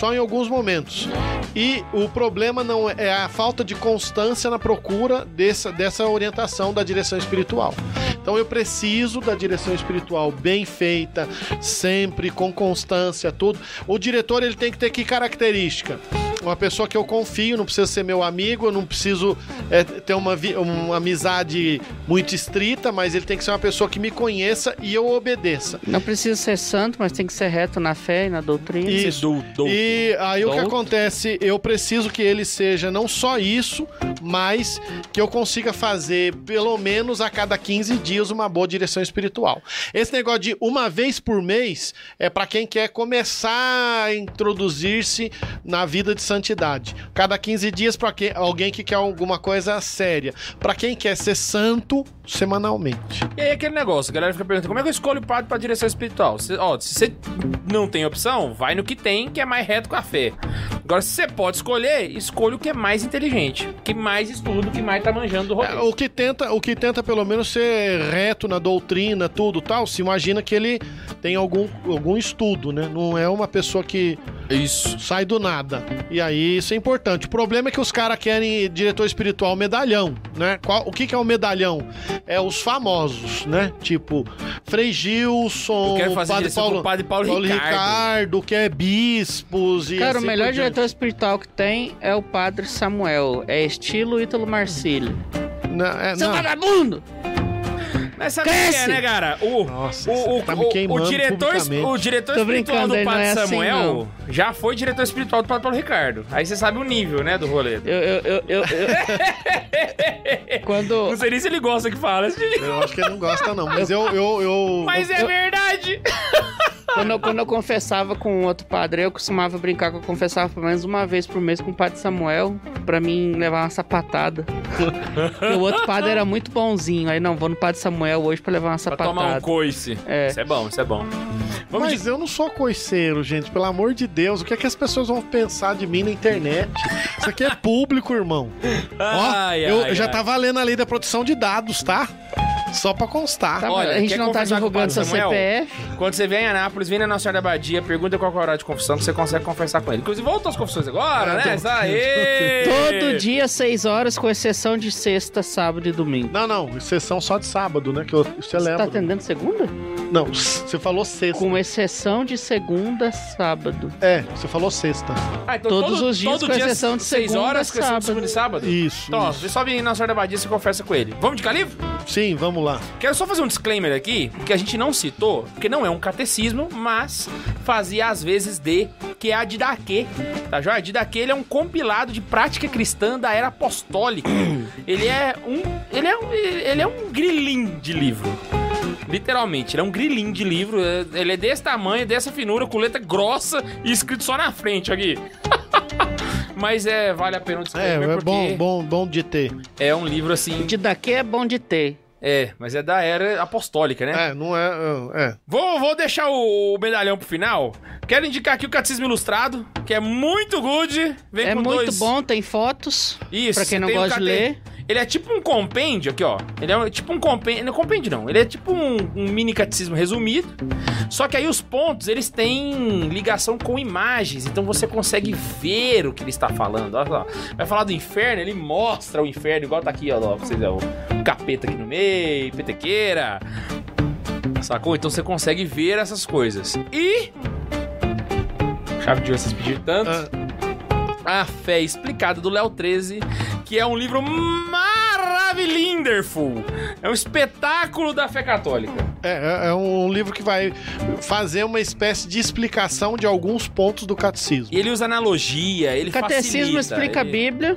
S3: só em alguns momentos. E o problema não é- é a falta de constância na procura dessa, dessa orientação da direção espiritual. Então eu preciso da direção espiritual bem feita, sempre com constância, tudo. O diretor ele tem que ter que característica? uma pessoa que eu confio, não precisa ser meu amigo, eu não preciso é, ter uma, vi- uma amizade muito estrita, mas ele tem que ser uma pessoa que me conheça e eu obedeça.
S4: Não precisa ser santo, mas tem que ser reto na fé e na doutrina.
S3: E-
S2: Isso. Dou, dou.
S3: E aí o que
S4: Doutor.
S3: acontece, eu preciso que ele seja não só isso, mas que eu consiga fazer pelo menos a cada 15 dias uma boa direção espiritual. Esse negócio de uma vez por mês é para quem quer começar a introduzir-se na vida de santidade. Cada 15 dias para quem alguém que quer alguma coisa séria. Para quem quer ser santo semanalmente.
S2: E aí aquele negócio, a galera fica perguntando, como é que eu escolho o padre pra direção espiritual? Cê- ó, se você não tem opção, vai no que tem, que é mais reto com a fé. Agora, se você pode escolher, escolha o que é mais inteligente, que mais estuda, que mais tá manjando do rolê.
S3: É, o que tenta, o que tenta pelo menos ser reto na doutrina, tudo tal, se imagina que ele tem algum, algum estudo, né? Não é uma pessoa que
S2: Isso.
S3: sai do nada. E aí isso é importante. O problema é que os caras querem diretor espiritual medalhão, né? Qual, o que, que é o medalhão? É os famosos, né? Tipo Frei Gilson,
S2: Eu quero fazer
S3: Padre
S2: direção
S3: Paulo,
S2: pro padre Paulo,
S3: Paulo
S2: Ricardo.
S3: Ricardo, que é bispos e
S2: é
S4: Cara,
S3: assim
S4: o melhor
S3: por diante.
S4: diretor espiritual que tem é o padre Samuel. É estilo Ítalo Marcílio.
S3: Não, é,
S4: Seu
S3: não.
S4: vagabundo!
S2: Mas sabe o que
S4: Cresce!
S2: é, né, cara? O,
S3: Nossa, você
S2: o, o,
S3: tá me
S2: o- o
S3: queimando
S2: diretor,
S3: publicamente.
S2: o diretor
S4: Tô
S2: espiritual
S4: brincando,
S2: do
S4: ele não
S2: padre
S4: é assim,
S2: Samuel
S4: não.
S2: já foi diretor espiritual do padre Paulo Ricardo. Aí você sabe o nível, né, do rolê.
S4: Eu. eu, eu, eu, eu- Quando.
S2: Não sei nem se ele gosta que fala. assim,
S3: Eu acho que ele não gosta, não. Mas eu. eu, eu
S2: Mas é verdade!
S4: Quando eu, quando eu confessava com outro padre, eu costumava brincar que eu confessava pelo menos uma vez por mês com o padre Samuel, pra mim levar uma sapatada. Porque o outro padre era muito bonzinho. Aí, não, vou no padre Samuel hoje pra levar uma
S2: Pra tomar um
S4: sapatada.
S2: coice.
S4: É.
S2: Isso é bom, isso é bom. Vamos
S3: Mas eu não sou coiceiro, gente. Pelo amor de Deus. O que é que as pessoas vão pensar de mim na internet? Isso aqui é público, irmão.
S2: de...
S3: Ó,
S2: Ai,
S3: eu
S2: ai,
S3: já
S2: ai.
S3: tava lendo a lei da proteção de dados, tá? Só pra constar.
S4: Tá,
S2: Olha,
S4: a gente
S2: quer
S4: não tá
S2: confessar com o padre
S4: divulgando seu
S2: Samuel?
S4: CPF.
S2: Quando você vem em Anápolis, vem na Nossa Senhora da Badia, pergunta qual que é o horário de confissão que você consegue conversar com ele. Inclusive, voltam as confissões agora, né? Isso aí!
S4: Ah, Todo dia, 6 horas, com exceção de sexta, sábado e domingo.
S3: Não, não. Exceção só de sábado, né? Que eu, você
S4: Você tá
S3: lembra.
S4: atendendo segunda?
S3: Não, você falou sexta.
S4: Com exceção de segunda, sábado.
S3: É, você falou sexta.
S2: Ah, então
S4: Todos os dias, com exceção de
S2: seis
S4: segunda
S2: horas,
S4: a
S2: com exceção de
S4: sábado.
S2: segunda e sábado.
S3: Isso.
S2: Então, ó,
S3: isso.
S2: você sobe em Nossa Senhora da Badia, você confessa com ele. Vamos de calivo?
S3: Sim, vamos lá.
S2: Quero só fazer um disclaimer aqui, que a gente não citou, porque não é um catecismo, mas fazia às vezes de, que é a Didaquê, tá joia? Didaquê, ele é um compilado de prática cristã da era apostólica. ele é um... ele é um... ele é um grilim de livro. Literalmente, ele é um grilinho de livro. é- Ele é desse tamanho, dessa finura, com letra grossa e escrito só na frente aqui. Mas é, vale a pena o
S3: É,
S2: disclaimer,
S3: é
S2: porque
S3: bom, bom, bom de ter.
S2: é um livro assim.
S4: De daqui é bom de ter.
S2: É, mas é da era apostólica, né?
S3: É, não é. É.
S2: Vou, vou deixar o, o medalhão pro final. Quero indicar aqui o Catecismo Ilustrado, que é muito good. Vem
S4: é
S2: com
S4: muito
S2: dois.
S4: bom, tem fotos.
S2: Isso.
S4: pra quem não
S2: tem o
S4: gosta de
S2: cate-
S4: ler.
S2: Ele é tipo um compêndio, aqui, ó. Ele é um- tipo um compêndio. Não é compêndio, não. Ele é tipo um, um mini catecismo resumido. Só que aí os pontos, eles têm ligação com imagens. Então você consegue ver o que ele está falando. Olha só. Vai falar do inferno, ele mostra o inferno, igual tá aqui, ó. ó pra vocês, ó o capeta aqui no meio, petequeira. Sacou? Então você consegue ver essas coisas. E. Chave de ouro, vocês pediram tanto.
S3: Ah.
S2: A Fé Explicada do Léo 13, que é um livro maravilhoso. É um espetáculo da fé católica.
S3: É, é- é um livro que vai fazer uma espécie de explicação de alguns pontos do catecismo.
S2: E ele usa analogia, ele
S4: Catecismo
S2: facilita, é.
S4: explica
S2: ele-
S4: a Bíblia.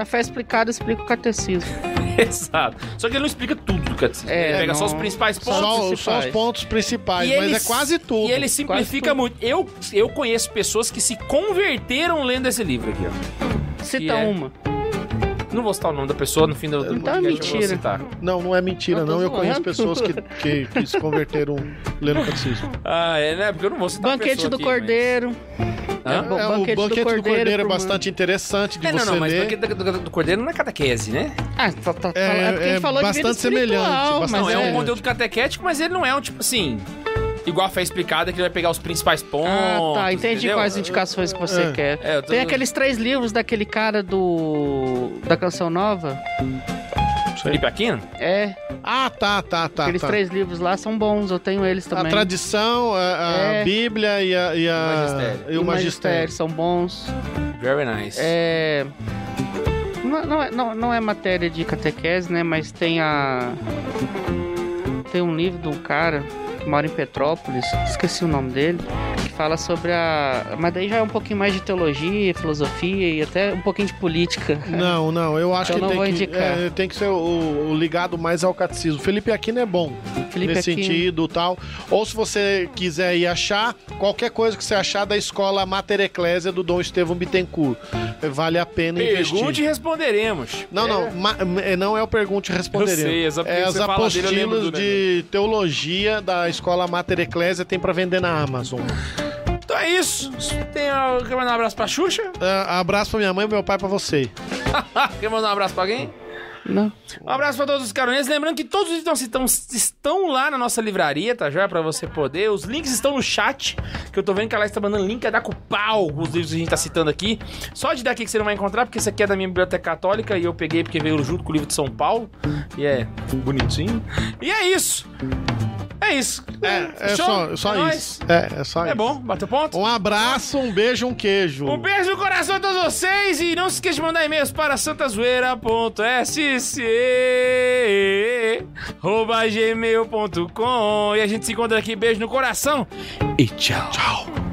S4: A fé explicada explica o catecismo.
S2: Exato. Só que ele não explica tudo do catecismo.
S4: É,
S2: ele pega só
S4: não.
S2: os principais
S4: Só
S2: pontos.
S3: Só,
S4: principais.
S3: só os pontos principais,
S2: E
S3: mas
S2: ele-
S3: é quase tudo.
S2: E ele simplifica
S4: tudo.
S2: muito. Eu, eu conheço pessoas que se converteram lendo esse livro aqui, ó.
S4: Cita
S2: é-
S4: uma.
S2: Não vou citar o nome da pessoa no fim do do
S4: Então é
S2: podcast, eu vou
S4: mentira.
S2: citar.
S3: Não, não é mentira,
S4: Eu tô
S3: não. Eu
S4: zoando.
S3: conheço pessoas que, que, que se converteram lendo catecismo.
S2: Ah, é, né? Porque eu não vou citar a
S4: Banquete
S2: pessoa
S4: do
S2: aqui, mas-
S4: Cordeiro.
S2: Hã?
S4: Bom,
S3: É, o
S4: Banquete do
S3: Banquete do
S4: Cordeiro
S3: Cordeiro é
S4: pro
S3: bastante interessante de
S2: É, não,
S3: você
S2: não, mas
S3: ler.
S2: banquete do, do- do Cordeiro não é catequese, né?
S4: Ah, tá, tá,
S3: É,
S4: falando- é porque
S3: é
S4: ele falou de vida
S3: bastante semelhante,
S4: espiritual,
S3: bastante
S4: mas
S2: não, é, um
S3: semelhante.
S2: conteúdo catequético, mas ele não é um tipo assim. Igual a fé explicada, que ele vai pegar os principais pontos.
S4: Ah, tá. Entendi
S2: entendeu?
S4: quais indicações que você
S3: É.
S4: quer.
S2: É, eu tô-
S4: Tem aqueles três livros daquele cara do. da canção nova.
S3: sei.
S2: Felipe Aquino?
S4: É,
S3: Ah, tá, tá, tá.
S4: aqueles
S3: tá.
S4: três livros lá são bons, eu tenho eles
S3: A
S4: também.
S3: tradição, a, a
S4: É.
S3: Bíblia e, a, e, a-
S8: Magistério.
S3: e o magistério.
S4: são bons.
S2: Very nice.
S4: É. Não, não é, não- não é matéria de catequese, né? Mas tem a. Tem um livro de um cara que mora em Petrópolis, esqueci o nome dele, que fala sobre a. Mas daí já é um pouquinho mais de teologia, filosofia e até um pouquinho de política.
S3: Não, não, eu acho
S4: Eu
S3: que,
S4: não
S3: tem,
S4: vou
S3: que
S4: indicar.
S3: é, tem que ser o, o ligado mais ao catecismo. Felipe Aquino é bom
S4: Felipe
S3: nesse
S4: Aquino.
S3: sentido tal. Ou se você quiser ir achar, qualquer coisa que você achar da escola Mater Ecclesia do Dom Estevão Bittencourt. Vale a pena
S2: Pergunte
S3: investir.
S2: e responderemos.
S3: Não, não, ma- é, não é o Pergunte e Responderemos.
S2: Eu sei, essa-
S3: é
S2: você fala
S3: as
S2: dele, eu
S3: apostilas
S2: lembro do
S3: de teologia da escola Mater Ecclesia tem pra vender na Amazon.
S2: Então é isso. Tem, ah, quer mandar um abraço pra Xuxa?
S3: Ah, abraço pra minha mãe e meu pai pra você.
S2: quer mandar um abraço pra alguém?
S4: Não.
S2: Um abraço pra todos os caronenses. Lembrando que todos os itens estão, estão lá na nossa livraria, tá já? Pra você poder. Os links estão no chat. Que eu tô vendo que a Laís tá mandando link a dar com pau os livros que a gente tá citando aqui. Só de daqui que você não vai encontrar, porque esse aqui é da minha biblioteca católica e eu peguei porque veio junto com o livro de São Paulo. E é bonitinho. E é isso. É isso.
S3: É, é
S2: Show?
S3: só, só
S2: É nóis?
S3: isso. É, é só
S2: É
S3: isso.
S2: bom, bateu ponto?
S3: Um abraço, um beijo, um queijo.
S2: Um beijo no coração de todos vocês e não se esqueça de mandar e-mails para santazoeira.sc@gmail.com e a gente se encontra aqui. Beijo no coração e tchau. Tchau.